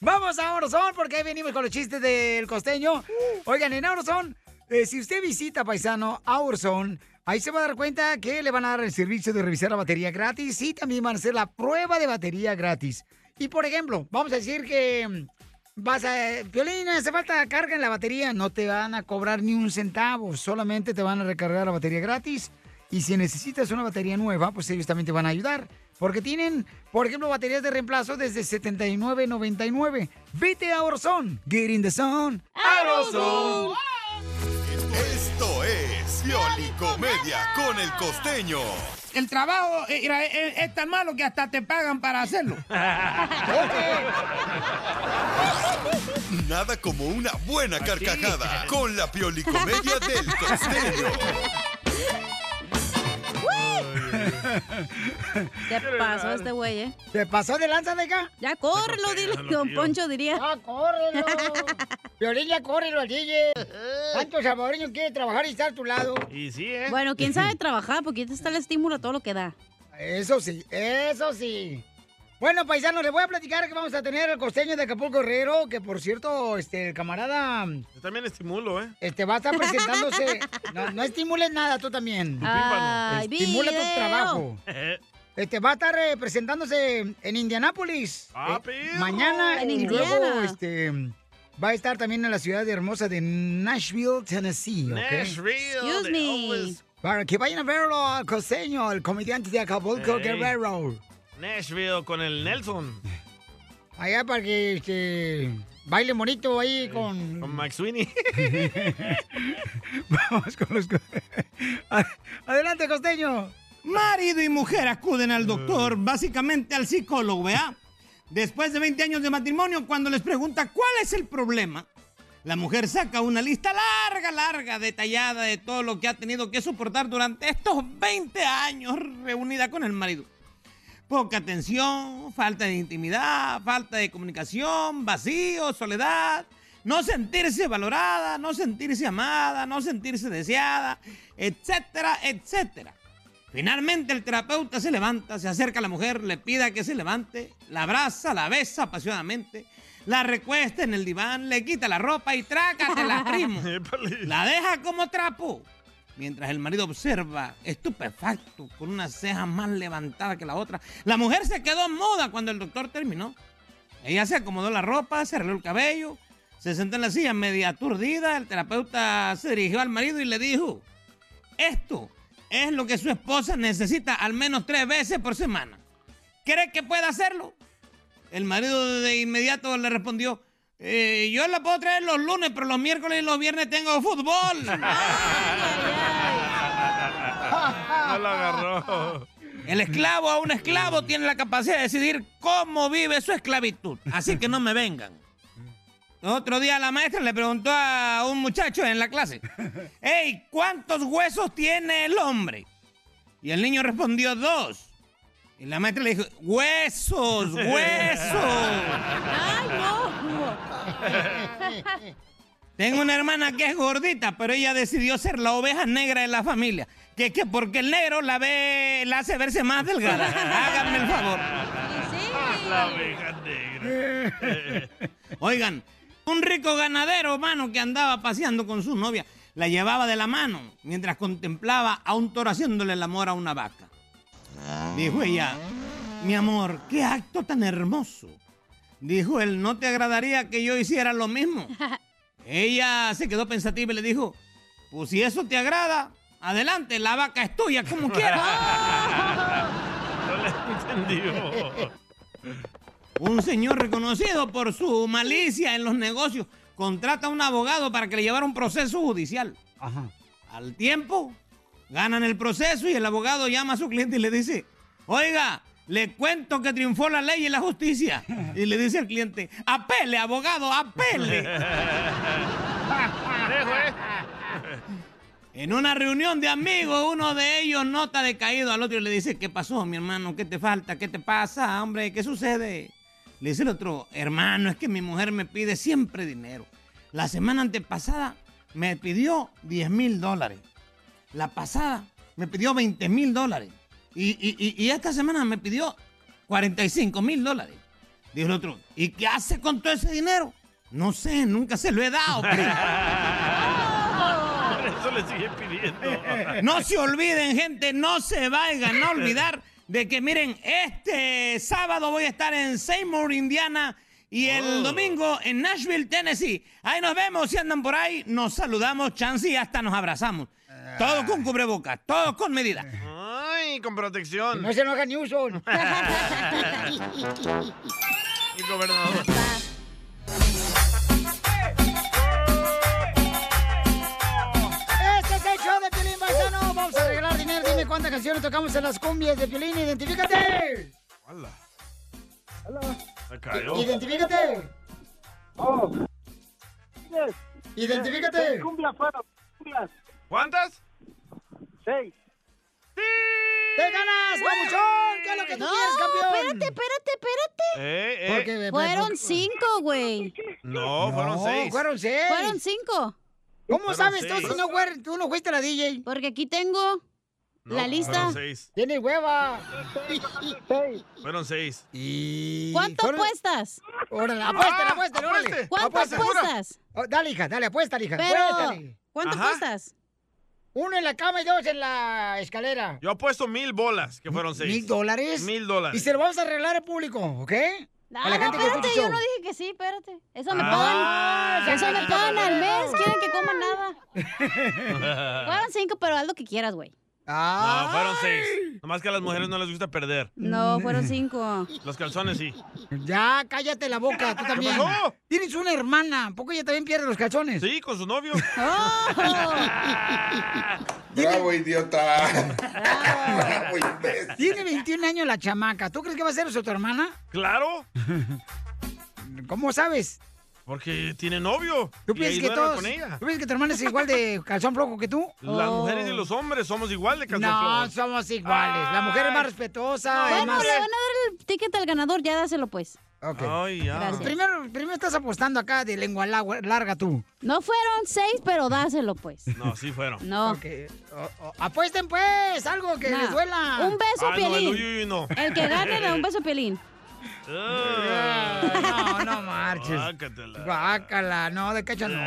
Vamos a Orozón, porque ahí venimos con los chistes del costeño. Oigan, en Orozón, eh, si usted visita, paisano, a Orozón, ahí se va a dar cuenta que le van a dar el servicio de revisar la batería gratis y también van a hacer la prueba de batería gratis. Y, por ejemplo, vamos a decir que mm, vas a... Violín, hace falta carga en la batería. No te van a cobrar ni un centavo, solamente te van a recargar la batería gratis. Y si necesitas una batería nueva, pues ellos también te van a ayudar. Porque tienen, por ejemplo, baterías de reemplazo desde $79.99. Vete a Orson. Get in the zone.
Arozón. Esto es Pioli Comedia con el costeño.
El trabajo eh, mira, eh, eh, es, tan malo que hasta te pagan para hacerlo.
Nada como una buena carcajada con la Pioli Comedia del costeño.
Te pasó este güey, ¿eh?
¿Te pasó de lanza, acá?
Ya córrelo, dile,
pégalo,
don
tío.
Poncho diría.
Ya córrelo. Violín, ya córrelo al DJ. Tanto salvadoreño quiere trabajar y estar a tu lado.
Y sí, ¿eh?
Bueno, quién sabe trabajar, porque este está el estímulo a todo lo que da.
Eso sí, eso sí. Bueno, paisanos, les voy a platicar que vamos a tener el costeño de Acapulco Herrero, que por cierto, este, el camarada...
Yo también estimulo, ¿eh?
Este va a estar presentándose. No, no estimules nada, tú también.
Ay,
Estimula
video.
tu trabajo. Este va a estar eh, presentándose en Indianápolis.
Ah,
eh,
perro.
mañana
En
y
Indiana.
luego este va a estar también en la ciudad de hermosa de Nashville, Tennessee, ¿ok?
Excuse me.
Para que vayan a verlo al costeño, el comediante de Acapulco
Ey.
Guerrero.
Nashville con el Nelson.
Allá para que este, bailen bonito ahí con... Este
Con Max Sweeney.
Vamos con los... Adelante, costeño.
Marido y mujer acuden al doctor, básicamente al psicólogo, ¿verdad? Después de 20 años de matrimonio, cuando les pregunta cuál es el problema, la mujer saca una lista larga, larga, detallada de todo lo que ha tenido que soportar durante estos 20 años reunida con el marido. Poca atención, falta de intimidad, falta de comunicación, vacío, soledad, no sentirse valorada, no sentirse amada, no sentirse deseada, etcétera, etcétera. Finalmente el terapeuta se levanta, se acerca a la mujer, le pida que se levante, la abraza, la besa apasionadamente, la recuesta en el diván, le quita la ropa y trácatela, primo. La deja como trapo. Mientras el marido observa, estupefacto, con una ceja más levantada que la otra, la mujer se quedó muda cuando el doctor terminó. Ella se acomodó la ropa, se arregló el cabello, se sentó en la silla media aturdida. El terapeuta se dirigió al marido y le dijo, esto es lo que su esposa necesita al menos tres veces por semana. ¿Cree que puede hacerlo? El marido de inmediato le respondió, eh, yo la puedo traer los lunes, pero los miércoles y los viernes tengo fútbol.
No lo agarró.
El esclavo a un esclavo tiene la capacidad de decidir cómo vive su esclavitud. Así que no me vengan. Otro día la maestra le preguntó a un muchacho en la clase, hey, ¿cuántos huesos tiene el hombre? Y el niño respondió dos. Y la maestra le dijo, huesos, huesos.
¡Ay,
Tengo una hermana que es gordita, pero ella decidió ser la oveja negra de la familia. Que es que porque el negro la ve, la hace verse más delgada. Háganme el favor.
Ah, La oveja negra.
Oigan, un rico ganadero, hermano, que andaba paseando con su novia, la llevaba de la mano mientras contemplaba a un toro haciéndole el amor a una vaca. Dijo ella, mi amor, qué acto tan hermoso. Dijo él, ¿no te agradaría que yo hiciera lo mismo? Ella se quedó pensativa y le dijo, pues si eso te agrada, adelante, la vaca es tuya, como quieras.
No le entendió.
Un señor reconocido por su malicia en los negocios contrata a un abogado para que le llevara un proceso judicial. Al tiempo, ganan el proceso y el abogado llama a su cliente y le dice, oiga, le cuento que triunfó la ley y la justicia. Y le dice al cliente, apele, abogado, apele. En una reunión de amigos, uno de ellos nota decaído al otro y le dice, ¿qué pasó, mi hermano? ¿Qué te falta? ¿Qué te pasa, hombre? ¿Qué sucede? Le dice el otro, hermano, es que mi mujer me pide siempre dinero. La semana antepasada me pidió 10 mil dólares. La pasada me pidió 20 mil dólares. Y, y- y- y esta semana me pidió 45 mil dólares. Dijo el otro, ¿y qué hace con todo ese dinero? No sé, nunca se lo he
Ah,
dado.
Por eso le sigue pidiendo.
No se olviden, gente, no se vayan a olvidar de que, miren, este sábado voy a estar en Seymour, Indiana, y el domingo en Nashville, Tennessee. Ahí nos vemos, si andan por ahí, nos saludamos, chance, y hasta nos abrazamos. Todos con cubrebocas, todos con medida.
Ay, con protección. Ah,
No se enoja ni uso.
¿eh? El gobernador.
Este es el show de Piolín Paisano. Vamos a regalar dinero. Dime cuántas canciones tocamos en las cumbias de Piolín. ¡Identifícate!
Hola.
Hola.
Se cayó.
¡Identifícate!
Oh.
¡Identifícate!
¿Cuántas?
Seis. ¡Te ganas, papuchón! ¿Qué es lo que tú
No,
quieres, campeón?
espérate, espérate, espérate.
Eh, eh.
pues,
Fueron cinco, güey.
No, fueron seis.
fueron seis.
Fueron cinco.
¿Cómo Fueron sabes tú seis. si no, tú no fuiste la DJ?
Porque aquí tengo
No,
la lista.
Fueron seis.
¡Tiene hueva!
Fueron seis.
¿Cuánto apuestas?
Órale, apuéstale,
Ah,
apuéstale, órale.
apueste. ¿Cuánto
Apuéstale,
apuestas?
jura. Oh, dale, hija, dale, apuéstale, hija.
Pero,
apuéstale.
¿cuánto Ajá. apuestas?
Uno en la cama y dos en la escalera.
Yo apuesto mil bolas, que fueron seis.
¿Mil dólares?
Mil dólares.
Y se lo vamos a arreglar al público, ¿ok?
No,
a la gente
no,
que escucha
espérate,
el
yo
show.
no dije que sí, espérate. Eso me
Ah,
pagan.
se
Eso me
acabó.
pagan al mes. Quieren que coma nada. Fueron cinco, pero haz lo que quieras, güey.
No, fueron seis. Nomás que a las mujeres no les gusta perder.
Mm.
No, fueron cinco.
Los calzones sí.
Ya, cállate la boca, tú también.
pasó?
Tienes una hermana, ¿a poco ella también pierde los calzones?
Sí, con su novio.
Oh.
Bravo, idiota.
Tiene 21 años la chamaca. ¿Tú crees que va a ser eso tu hermana?
Claro.
¿Cómo sabes?
Porque tiene novio.
¿Tú
Y
piensas
ahí
que
duerme
todos,
con ella.
¿Tú piensas que tu hermana es igual de calzón flojo que tú?
Las
Oh.
mujeres y los hombres somos igual de calzón
No,
flojos.
somos iguales. La mujer es más respetuosa. es
Bueno,
más-
le van a dar el ticket al ganador, ya dáselo pues.
Ok.
Ay, ya.
Pues Primero, primero estás apostando acá de lengua lag- larga tú.
No fueron seis, pero dáselo pues.
No, sí fueron.
No.
O- o- apuesten pues, algo que
Nah.
les duela.
Un beso,
Ah, no, el
Piolín.
uy, uy, no.
El que gane le da un beso, Piolín.
Ah.
No, no marches.
Bácatela.
Bácala, no, de cacho no.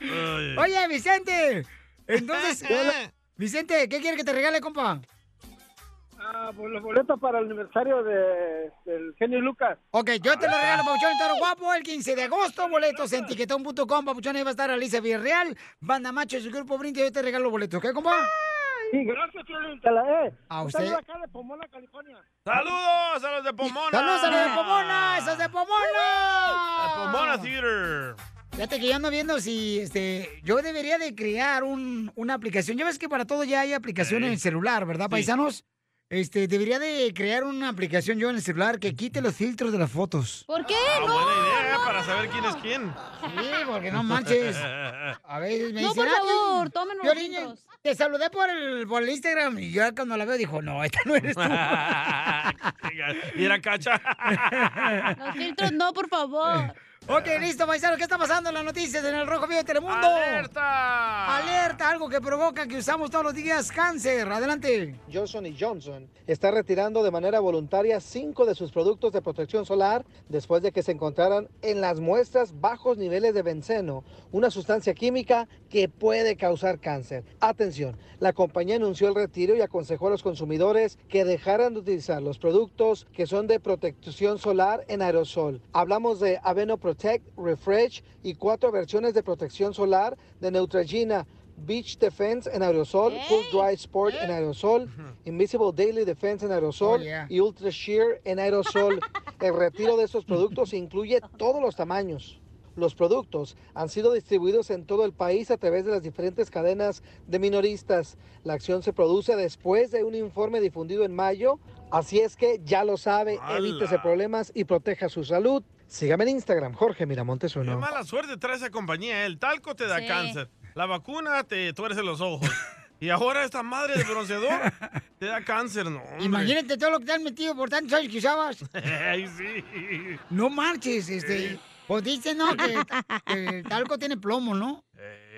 Ay.
Oye, Vicente. Entonces, Vicente, ¿qué quiere que te regale, compa?
Ah, pues los boletos para el aniversario de, del genio Lucas.
Ok, yo te lo regalo, Papuchón Toro Guapo, el 15 de agosto. Boletos en tiquetón.com. Papuchón, ahí va a estar Alicia Villarreal, Banda Macho y su grupo Brindis. Yo te regalo boletos, ¿ok, compa?
Sí, gracias, Piolín. Te la eh.
A
Un
usted.
saludo acá de Pomona, California.
¡Saludos a los de Pomona!
¡Saludos a los de Pomona! ¡Esos de Pomona!
Pomona Theater.
Fíjate que yo ando viendo si este, yo debería de crear un, una aplicación. Ya ves que para todo ya hay aplicación en el celular, ¿verdad, paisanos? Este, debería de crear una aplicación yo en el celular que quite los filtros de las fotos.
¿Por qué?
Ah,
no.
buena idea para saber quién es quién.
Sí, porque no manches. A veces me
No,
dicen,
por
"Ah, ¿quién-
favor, tomen los
Piolín,
filtros.
Te saludé por el, por el Instagram y yo cuando la veo dijo, no, esta no eres tú.
y era cacha.
Los filtros no, por favor.
Ok, listo, paisano. ¿Qué está pasando en las noticias en el Rojo Vivo de Telemundo?
¡Alerta!
¡Alerta! Algo que provoca que usamos todos los días cáncer. Adelante.
Johnson Johnson está retirando de manera voluntaria cinco de sus productos de protección solar después de que se encontraran en las muestras bajos niveles de benceno, una sustancia química que puede causar cáncer. Atención, la compañía anunció el retiro y aconsejó a los consumidores que dejaran de utilizar los productos que son de protección solar en aerosol. Hablamos de Aveno Protect, Refresh y cuatro versiones de protección solar de Neutrogena. Beach Defense en aerosol, Cool Dry Sport en aerosol, Invisible Daily Defense en aerosol
Oh, yeah.
y Ultra Sheer en aerosol. El retiro de estos productos incluye todos los tamaños. Los productos han sido distribuidos en todo el país a través de las diferentes cadenas de minoristas. La acción se produce después de un informe difundido en mayo, así es que ya lo sabe, evítese problemas y proteja su salud. Sígame en Instagram, Jorge Miramontes uno.
Qué mala suerte trae esa compañía. eh. El talco te da
Sí.
cáncer. La vacuna te tuerce los ojos. Y ahora esta madre de bronceador te da cáncer, no. hombre.
Imagínate todo lo que te han metido por tantos años que usabas.
Ay, sí.
No marches, este. Pues dicen, ¿no? Que, que el talco tiene plomo, ¿no?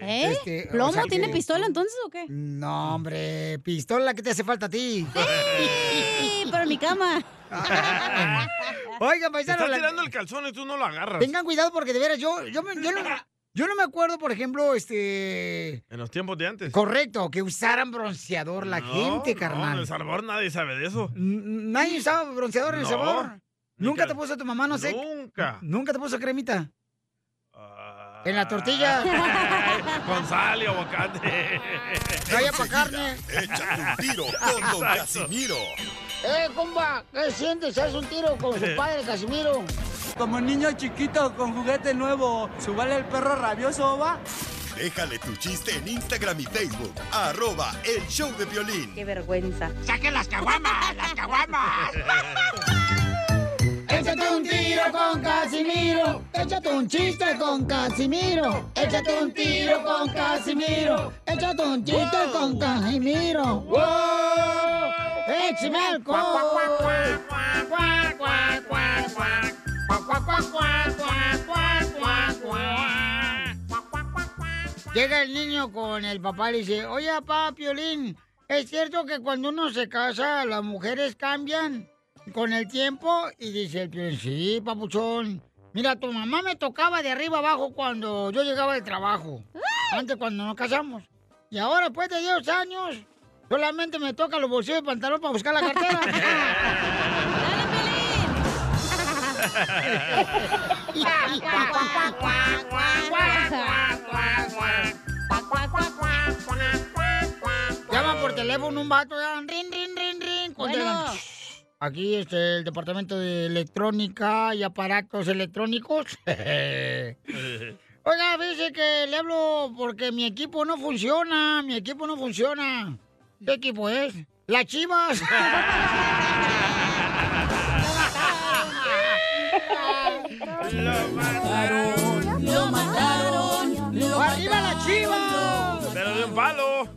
¿Eh?
Este, o
¿Plomo
sea
tiene
que-
pistola entonces o qué?
No, hombre, pistola que te hace falta a ti.
Sí, pero en mi cama.
Oigan,
Te
paisano.
está
la-
tirando el calzón y tú no lo agarras.
Tengan cuidado porque de veras, yo, yo, me- yo, no, yo no me acuerdo, por ejemplo, este.
En los tiempos de antes.
Correcto, que usaran bronceador la
No,
gente,
no,
carnal.
en El Salvador nadie sabe de eso.
Nadie usaba bronceador en el
No.
sabor.
Ni
Nunca
cal-
te puso tu mamá, no sé.
Nunca. Ah.
Nunca te puso cremita. En la tortilla.
Con sal y aguacate.
Vaya pa' carne.
Échate un tiro con Don Casimiro.
¡Eh, compa! ¿Qué sientes? ¿Haz un tiro con su padre, Casimiro?
Como niño chiquito con juguete nuevo, subale el perro rabioso, va.
Déjale tu chiste en Instagram y Facebook. Arroba el show de violín.
Qué vergüenza.
¡Saquen las caguamas! ¡Las caguamas! Échate un tiro con Casimiro. Échate un chiste con Casimiro. Échate un tiro con Casimiro. Échate un chiste con Casimiro. ¡Wow! ¡Échame alcohol!
Llega el niño con el papá y le dice, oye, papá, Piolín, ¿es cierto que cuando uno se casa las mujeres cambian con el tiempo? Y dice el Piolín, sí, papuchón. Mira, tu mamá me tocaba de arriba abajo cuando yo llegaba del trabajo, antes cuando nos casamos. Y ahora, después de 10 años, solamente me toca los bolsillos de pantalón para buscar la cartera. Llama por teléfono un vato, ya, rin, rin, rin, rin, contestan.
Bueno.
Aquí este, el departamento de electrónica y aparatos electrónicos. Eh. Oiga, fíjese que le hablo porque mi equipo no funciona, mi equipo no funciona. ¿Qué equipo es? Las Chivas.
¡Lo mataron!
¡Arriba las Chivas!
Pero de un palo.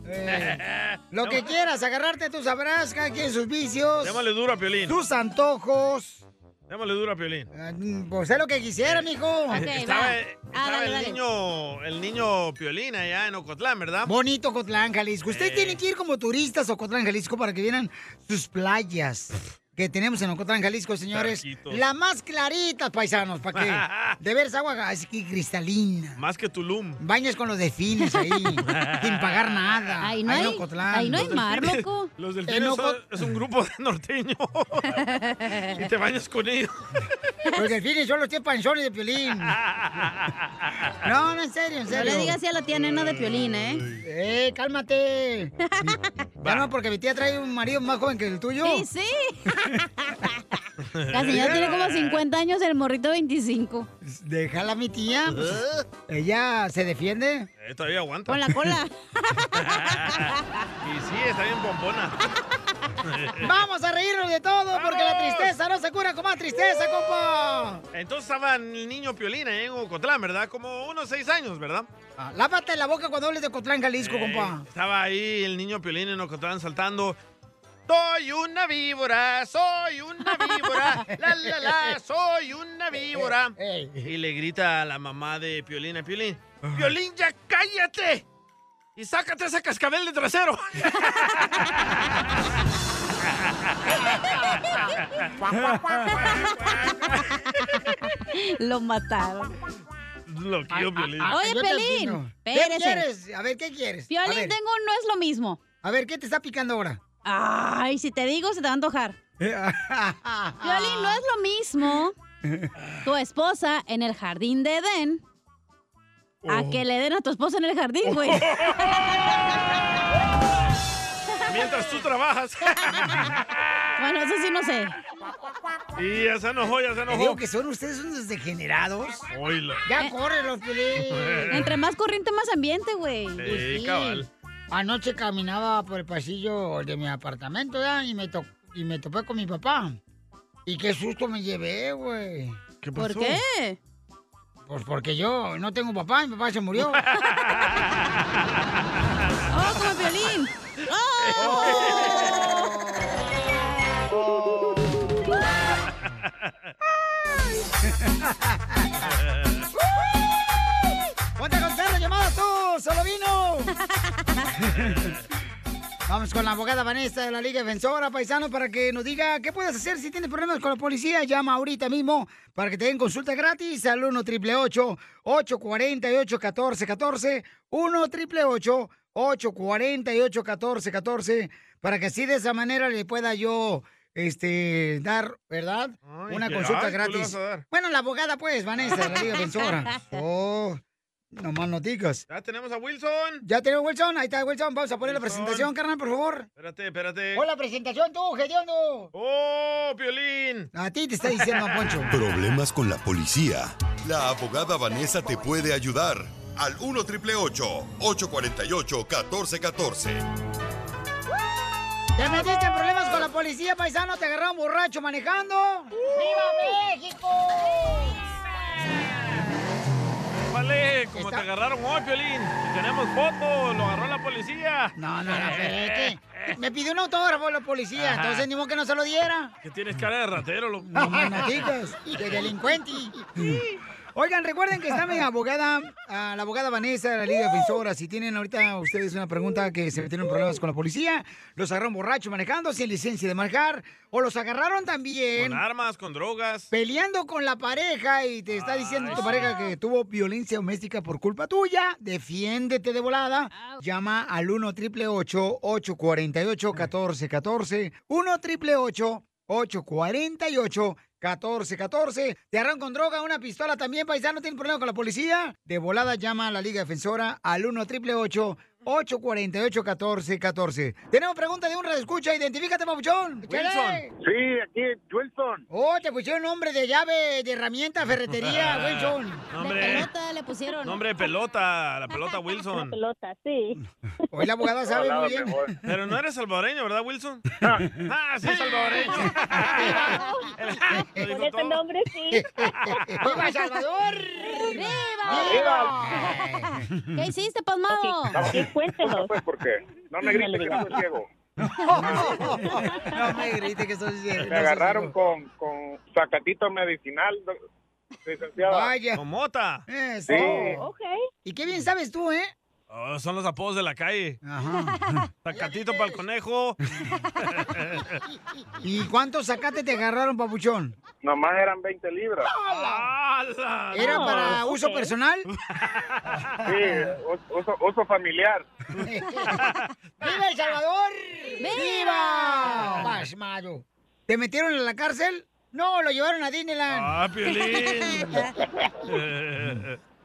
Lo que quieras, agarrarte tus abrazos, cada quien sus vicios.
Démosle duro a Piolín.
Tus antojos.
Démosle duro a Piolín.
Mm, Pues sé lo que quisiera, mijo.
Eh, estaba estaba el, Niño, el niño Piolín allá en Ocotlán, ¿verdad?
Bonito Cotlán, Jalisco. Ustedes
Eh.
tienen que ir como turistas a Cotlán, Jalisco para que vieran sus playas, que tenemos en Ocotlán, Jalisco, señores.
Charquitos.
La más clarita, paisanos, para que de veras agua así cristalina.
Más que Tulum.
Bañas con los delfines ahí, sin pagar nada.
Ahí no
en
hay-
Ocotlán.
ahí no hay Los mar, delfines- loco.
Los delfines
En
son-
Oco-
es un grupo de norteños. y te bañas con ellos.
Los delfines son los tres panzones de Piolín. No, no, en serio, en
No
serio.
le digas así a la tía nena de Piolín, ¿eh?
¡Eh, cálmate! Ya no, porque mi tía trae un marido más joven que el tuyo.
Sí, sí. La señora tiene como 50 años, el morrito 25.
Déjala a mi tía. pues, ella se defiende.
Eh, todavía aguanta.
Con la cola.
y sí, está bien pompona.
Vamos a reírnos de todo porque la tristeza no se cura con más tristeza, compa.
Entonces estaba el niño Piolín ahí en Ocotlán, ¿verdad? Como unos seis años, ¿verdad?
Lávate la boca cuando hables de Cotlán, Ah, Jalisco,
Eh,
compa.
Estaba ahí el niño Piolín en Ocotlán saltando. Soy una víbora, soy una víbora, la la la, soy una víbora.
Eh,
Y le grita a la mamá de Piolín a Piolín, Piolín, ya cállate y sácate esa cascabel de trasero.
Lo mataron.
Lo
Ay,
quiero, Piolín.
ay, ay, Oye,
Ah, yo te
Piolín,
opino.
espérese.
¿Qué quieres? A ver, ¿qué quieres?
Piolín,
A ver.
tengo un no es lo mismo.
A ver, ¿qué te está picando ahora?
Ay, si te digo, se te va a antojar.
Eh,
Piolín, no es lo mismo tu esposa en el jardín de Edén
Oh.
a que le den a tu esposa en el jardín, güey.
ah.
Mientras tú trabajas.
bueno, eso sí no sé.
Y ya se enojó, ya se
Te
enojó.
digo que son ustedes unos degenerados.
Oíla.
Ya córrelo, Piolín.
Eh, Entre más corriente, más ambiente, güey.
Pues sí. Anoche caminaba por el pasillo de mi apartamento, ¿ya? Y me, to- y me topé con mi papá. Y qué susto me llevé, güey.
¿Qué
¿Por pasó? qué?
Pues porque yo no tengo papá, mi papá se murió.
¡Oh, como violín! Oh.
¡Ponte a contestar la llamada tú, solo vino! Vamos con la abogada Vanessa de la Liga Defensora, paisano, para que nos diga qué puedes hacer si tienes problemas con la policía. Llama ahorita mismo para que te den consulta gratis al 1 888 848 1414 1 888 848 1414 para que así de esa manera le pueda yo este dar, ¿verdad?
Ay,
Una
¿qué?
consulta
Ay, ¿tú le
gratis.
vas a dar?
Bueno, la abogada pues, Vanessa de la Liga Defensora. Oh, nomás no digas.
Ya tenemos a Wilson.
Ya tenemos Wilson, ahí está Wilson, vamos a poner la
Wilson.
presentación, carnal, por favor.
Espérate, espérate.
Hola, presentación tú, Gediondo.
¡Oh, Piolín!
A ti te está diciendo Poncho.
Problemas con la policía. La abogada Vanessa te puede ayudar. Al 1 triple 848 1414.
¿Te metiste en problemas con la policía, paisano? ¿Te agarraron borracho manejando? ¡Viva México!
Vale, como te agarraron hoy, Piolín. Y tenemos fotos, lo agarró la policía.
No, no, no, espérate. Me pidió un autógrafo la policía,
Ajá.
entonces ni modo que no se lo diera.
Que tienes cara de ratero, loco.
No, no digas, de delincuente. Oigan, recuerden que está mi abogada, ah, la abogada Vanessa de la Liga Defensora. Si tienen ahorita ustedes una pregunta que se metieron en problemas con la policía, los agarraron borracho manejando sin licencia de manejar, o los agarraron también
Con armas, con drogas.
peleando con la pareja y te está diciendo tu pareja que tuvo violencia doméstica por culpa tuya, defiéndete de volada. Llama al 1 triple 848 1414 1 triple 848 1414 Te agarran con droga, una pistola también, paisano, tienen problema con la policía. De volada llama a la Liga Defensora al 1 triple 848 1414 Tenemos pregunta de un escucha, identifícate, papuchón. Chale.
Sí, aquí es Wilson.
Oh, te pusieron nombre de llave, de herramienta, ferretería, Wilson.
Nombre,
le pusieron.
nombre de pelota, la pelota Wilson.
pelota, sí.
Hoy la abogada sabe muy bien.
Pero no eres salvadoreño, ¿verdad, Wilson? ¡Ah, sí, salvadoreño! Lo dijo
Con ese
todo.
nombre sí.
¡Viva Salvador!
¡Viva! ¿Qué hiciste, pasmado?
Cuéntenos.
¿Por qué? No me grites que soy ciego.
No me grite que soy ciego.
Me agarraron con, con sacatito medicinal, do- licenciada.
Vaya.
Con mota.
Eso.
Oh,
Sí.
Y qué bien sabes tú, ¿eh?
Oh, son los apodos de la calle. Zacatito para el conejo.
¿Y cuántos sacates te agarraron, papuchón?
Nomás eran 20 libras.
¿Era
No,
para
ok.
uso personal?
Sí, us- uso, uso familiar.
¡Viva El Salvador! ¡Viva!
¡Viva!
Pasmado. ¿Te metieron en la cárcel? No, lo llevaron a Disneyland.
¡Ah, Piolín!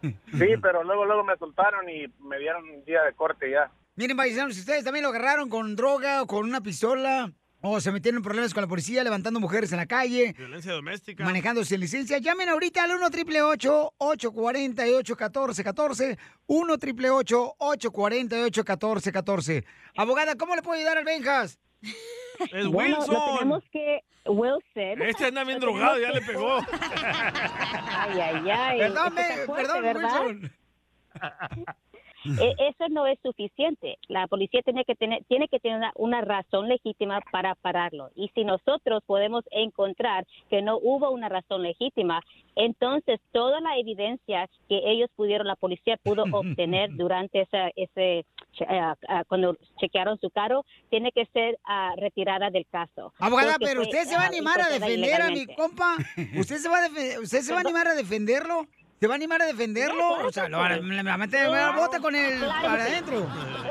Sí, pero luego, luego me soltaron y me dieron un día de corte ya.
Miren, paisanos, si ustedes también lo agarraron con droga o con una pistola, o se metieron en problemas con la policía, levantando mujeres en la calle,
Violencia doméstica.
manejando sin licencia, llamen ahorita al 1 triple 848 1414 1 triple 848 1414 Abogada, ¿cómo le puedo ayudar al Benjas?
Es
Bueno, lo tenemos que... Wilson.
Este anda bien
Lo
drogado, ya
tenemos
le pegó.
Ay, ay, ay.
Perdón,
Eso está
me-
fuerte,
perdón,
¿verdad?
Wilson.
E- Eso no es suficiente. La policía tiene que tener, tiene que tener una, una razón legítima para pararlo. Y si nosotros podemos encontrar que no hubo una razón legítima, entonces toda la evidencia que ellos pudieron, la policía pudo obtener durante esa, ese, che- eh, ah, cuando chequearon su carro, tiene que ser ah, retirada del caso.
Abogada,
Porque
pero
fue,
usted se va a
ah,
animar a
encontrada
defender a mi
ilegalmente.
compa. ¿Usted se va a, defe- usted se va a animar a defenderlo? ¿Se va a animar a defenderlo? O sea, lo van a- le van a
Este,
meter la bota con él
Claro
para
que-
adentro.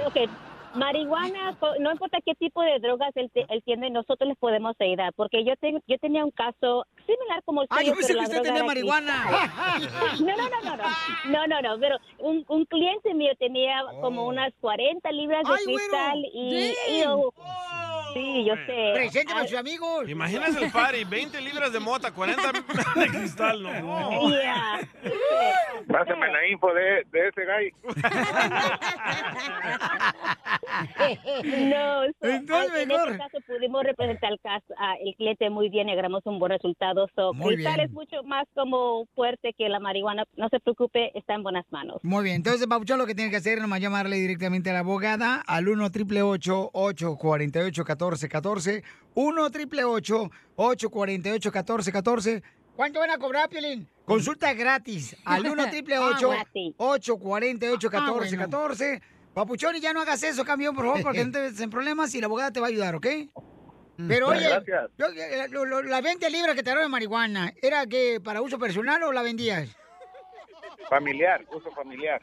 Ok, marihuana, co- no importa qué tipo de drogas él, te- él tiene, nosotros les podemos ayudar. Porque yo, ten- yo tenía un caso similar como el
Ah,
suyo,
yo pensé que
pero la
usted
droga
tenía
era
marihuana.
cristal. No, no, no, no, no. No, no, no, pero un, un cliente mío tenía como unas 40 libras de
Oh. Ay, güero.
cristal y... y
Damn. Oh.
yo- sí, yo sé.
Presénteme
Ay,
a sus amigos.
Imagínate el party, 20 libras de mota, 40 de cristal, no. no.
Pásame la info de, de ese guy.
No, so,
Entonces,
en
mejor.
este caso pudimos representar el caso, ah, el cliente muy bien y agarramos un buen resultado. So,
Muy
cristal
bien.
es mucho más como fuerte que la marihuana. No se preocupe, está en buenas manos.
Muy bien, entonces, Papuchón, lo que tiene que hacer es nomás llamarle directamente a la abogada al 1 888 848 1414 1 888 848 1414 ¿Cuánto van a cobrar, Piolín? Consulta gratis al 1 888 848 1414 Papuchón, y ya no hagas eso, camión, por favor, porque no te metas en problemas y la abogada te va a ayudar, ¿ok? Pero oye,
Gracias.
yo- eh, lo- lo- la 20 libras que te dieron de marihuana, ¿era que para uso personal o la vendías?
Familiar, uso familiar.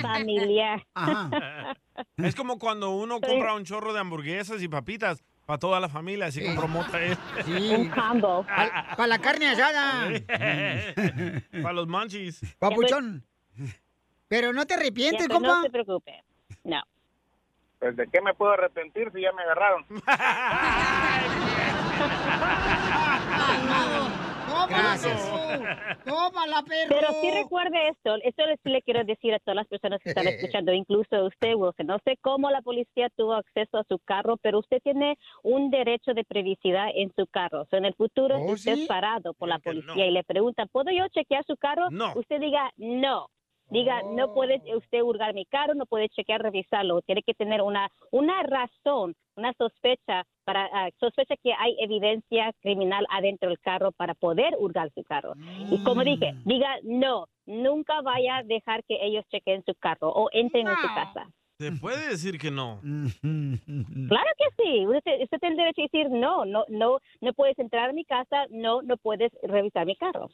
Familiar.
Ajá.
Es como cuando uno compra un chorro de hamburguesas y papitas para toda la familia, así compró mota. él.
Un combo.
Para la carne asada.
para los manchis.
Papuchón. Pero no te arrepientes, compa.
preocupe. No.
Pues de qué me puedo arrepentir si ya me agarraron.
Tómala,
Gracias.
perro. Tómala, perro.
Pero sí recuerde esto, esto les- le quiero decir a todas las personas que están escuchando, incluso usted, Wilson. No sé cómo la policía tuvo acceso a su carro, pero usted tiene un derecho de privacidad en su carro. O sea, en el futuro, si usted sí? es parado por la policía y le preguntan, ¿puedo yo chequear su carro? Usted diga, no. Diga, no puede usted hurgar mi carro, no puede chequear, revisarlo. Tiene que tener una, una razón, una sospecha, para ah, sospecha que hay evidencia criminal adentro del carro para poder hurgar su carro. Y como dije, diga, no, nunca vaya a dejar que ellos chequen su carro o entren en su casa.
Se puede decir que no.
Claro que sí, usted, usted tiene el derecho a decir, no, no, no, no puedes entrar a mi casa, no, no puedes revisar mi carro.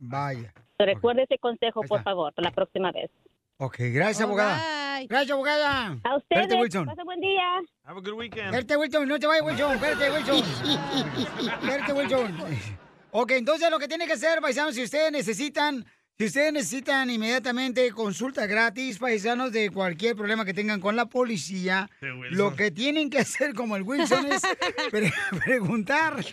Vaya.
Pero recuerde ese consejo, por favor, para la próxima vez.
Ok, gracias, abogada. Gracias, abogada.
A ustedes,
Espérate, Wilson.
pasa buen día.
Have a good weekend.
Espérate, Wilson. No te vayas, Wilson. Espérate, Wilson. Espérate, Wilson. Ok, entonces lo que tiene que hacer, paisanos, si ustedes necesitan, si ustedes necesitan inmediatamente consulta gratis, paisanos, de cualquier problema que tengan con la policía,
Sí, Wilson.
lo que tienen que hacer como el Wilson es pre- preguntar.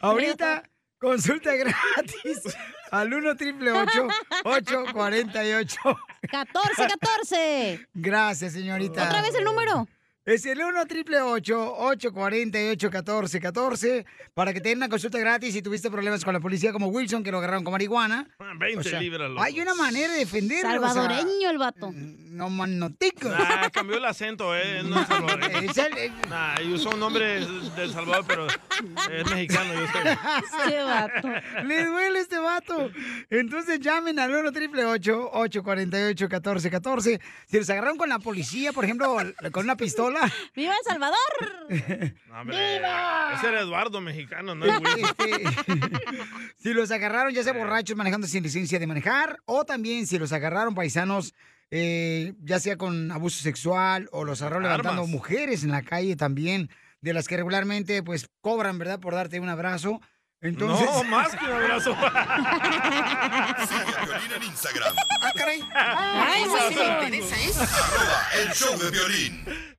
Ahorita, consulta gratis al 1 888 848 1414 Gracias, señorita.
¿Otra vez el número?
Es el 1 triple 848 1414 para que te den una consulta gratis si tuviste problemas con la policía como Wilson, que lo agarraron con marihuana.
20
O sea,
Ah, libras, loco.
Hay una manera de defenderlo. o sea,
Salvadoreño el vato.
No manotico.
Ah, cambió el acento, ¿eh? Él no es salvadoreño. Nah, y usó un nombre de El Salvador, pero es mexicano, yo sé.
Este vato. Le duele este vato. Entonces llamen al 1 triple 848 1414 Si los agarraron con la policía, por ejemplo, con una pistola.
¡Viva El Salvador!
No, hombre, Ese era Eduardo mexicano, no es Wilson.
Si los agarraron ya sea borrachos manejando sin licencia de manejar o también si los agarraron paisanos eh, ya sea con abuso sexual o los agarraron
Armas.
levantando mujeres en la calle también de las que regularmente pues cobran, ¿verdad? Por darte un abrazo. Entonces...
No, más que un abrazo.
Sigue a Piolín en Instagram.
Ah, caray. Ay,
Ay,
esa sí me
Sandra.
interesa, ¿eh?
Arroba el show de violín.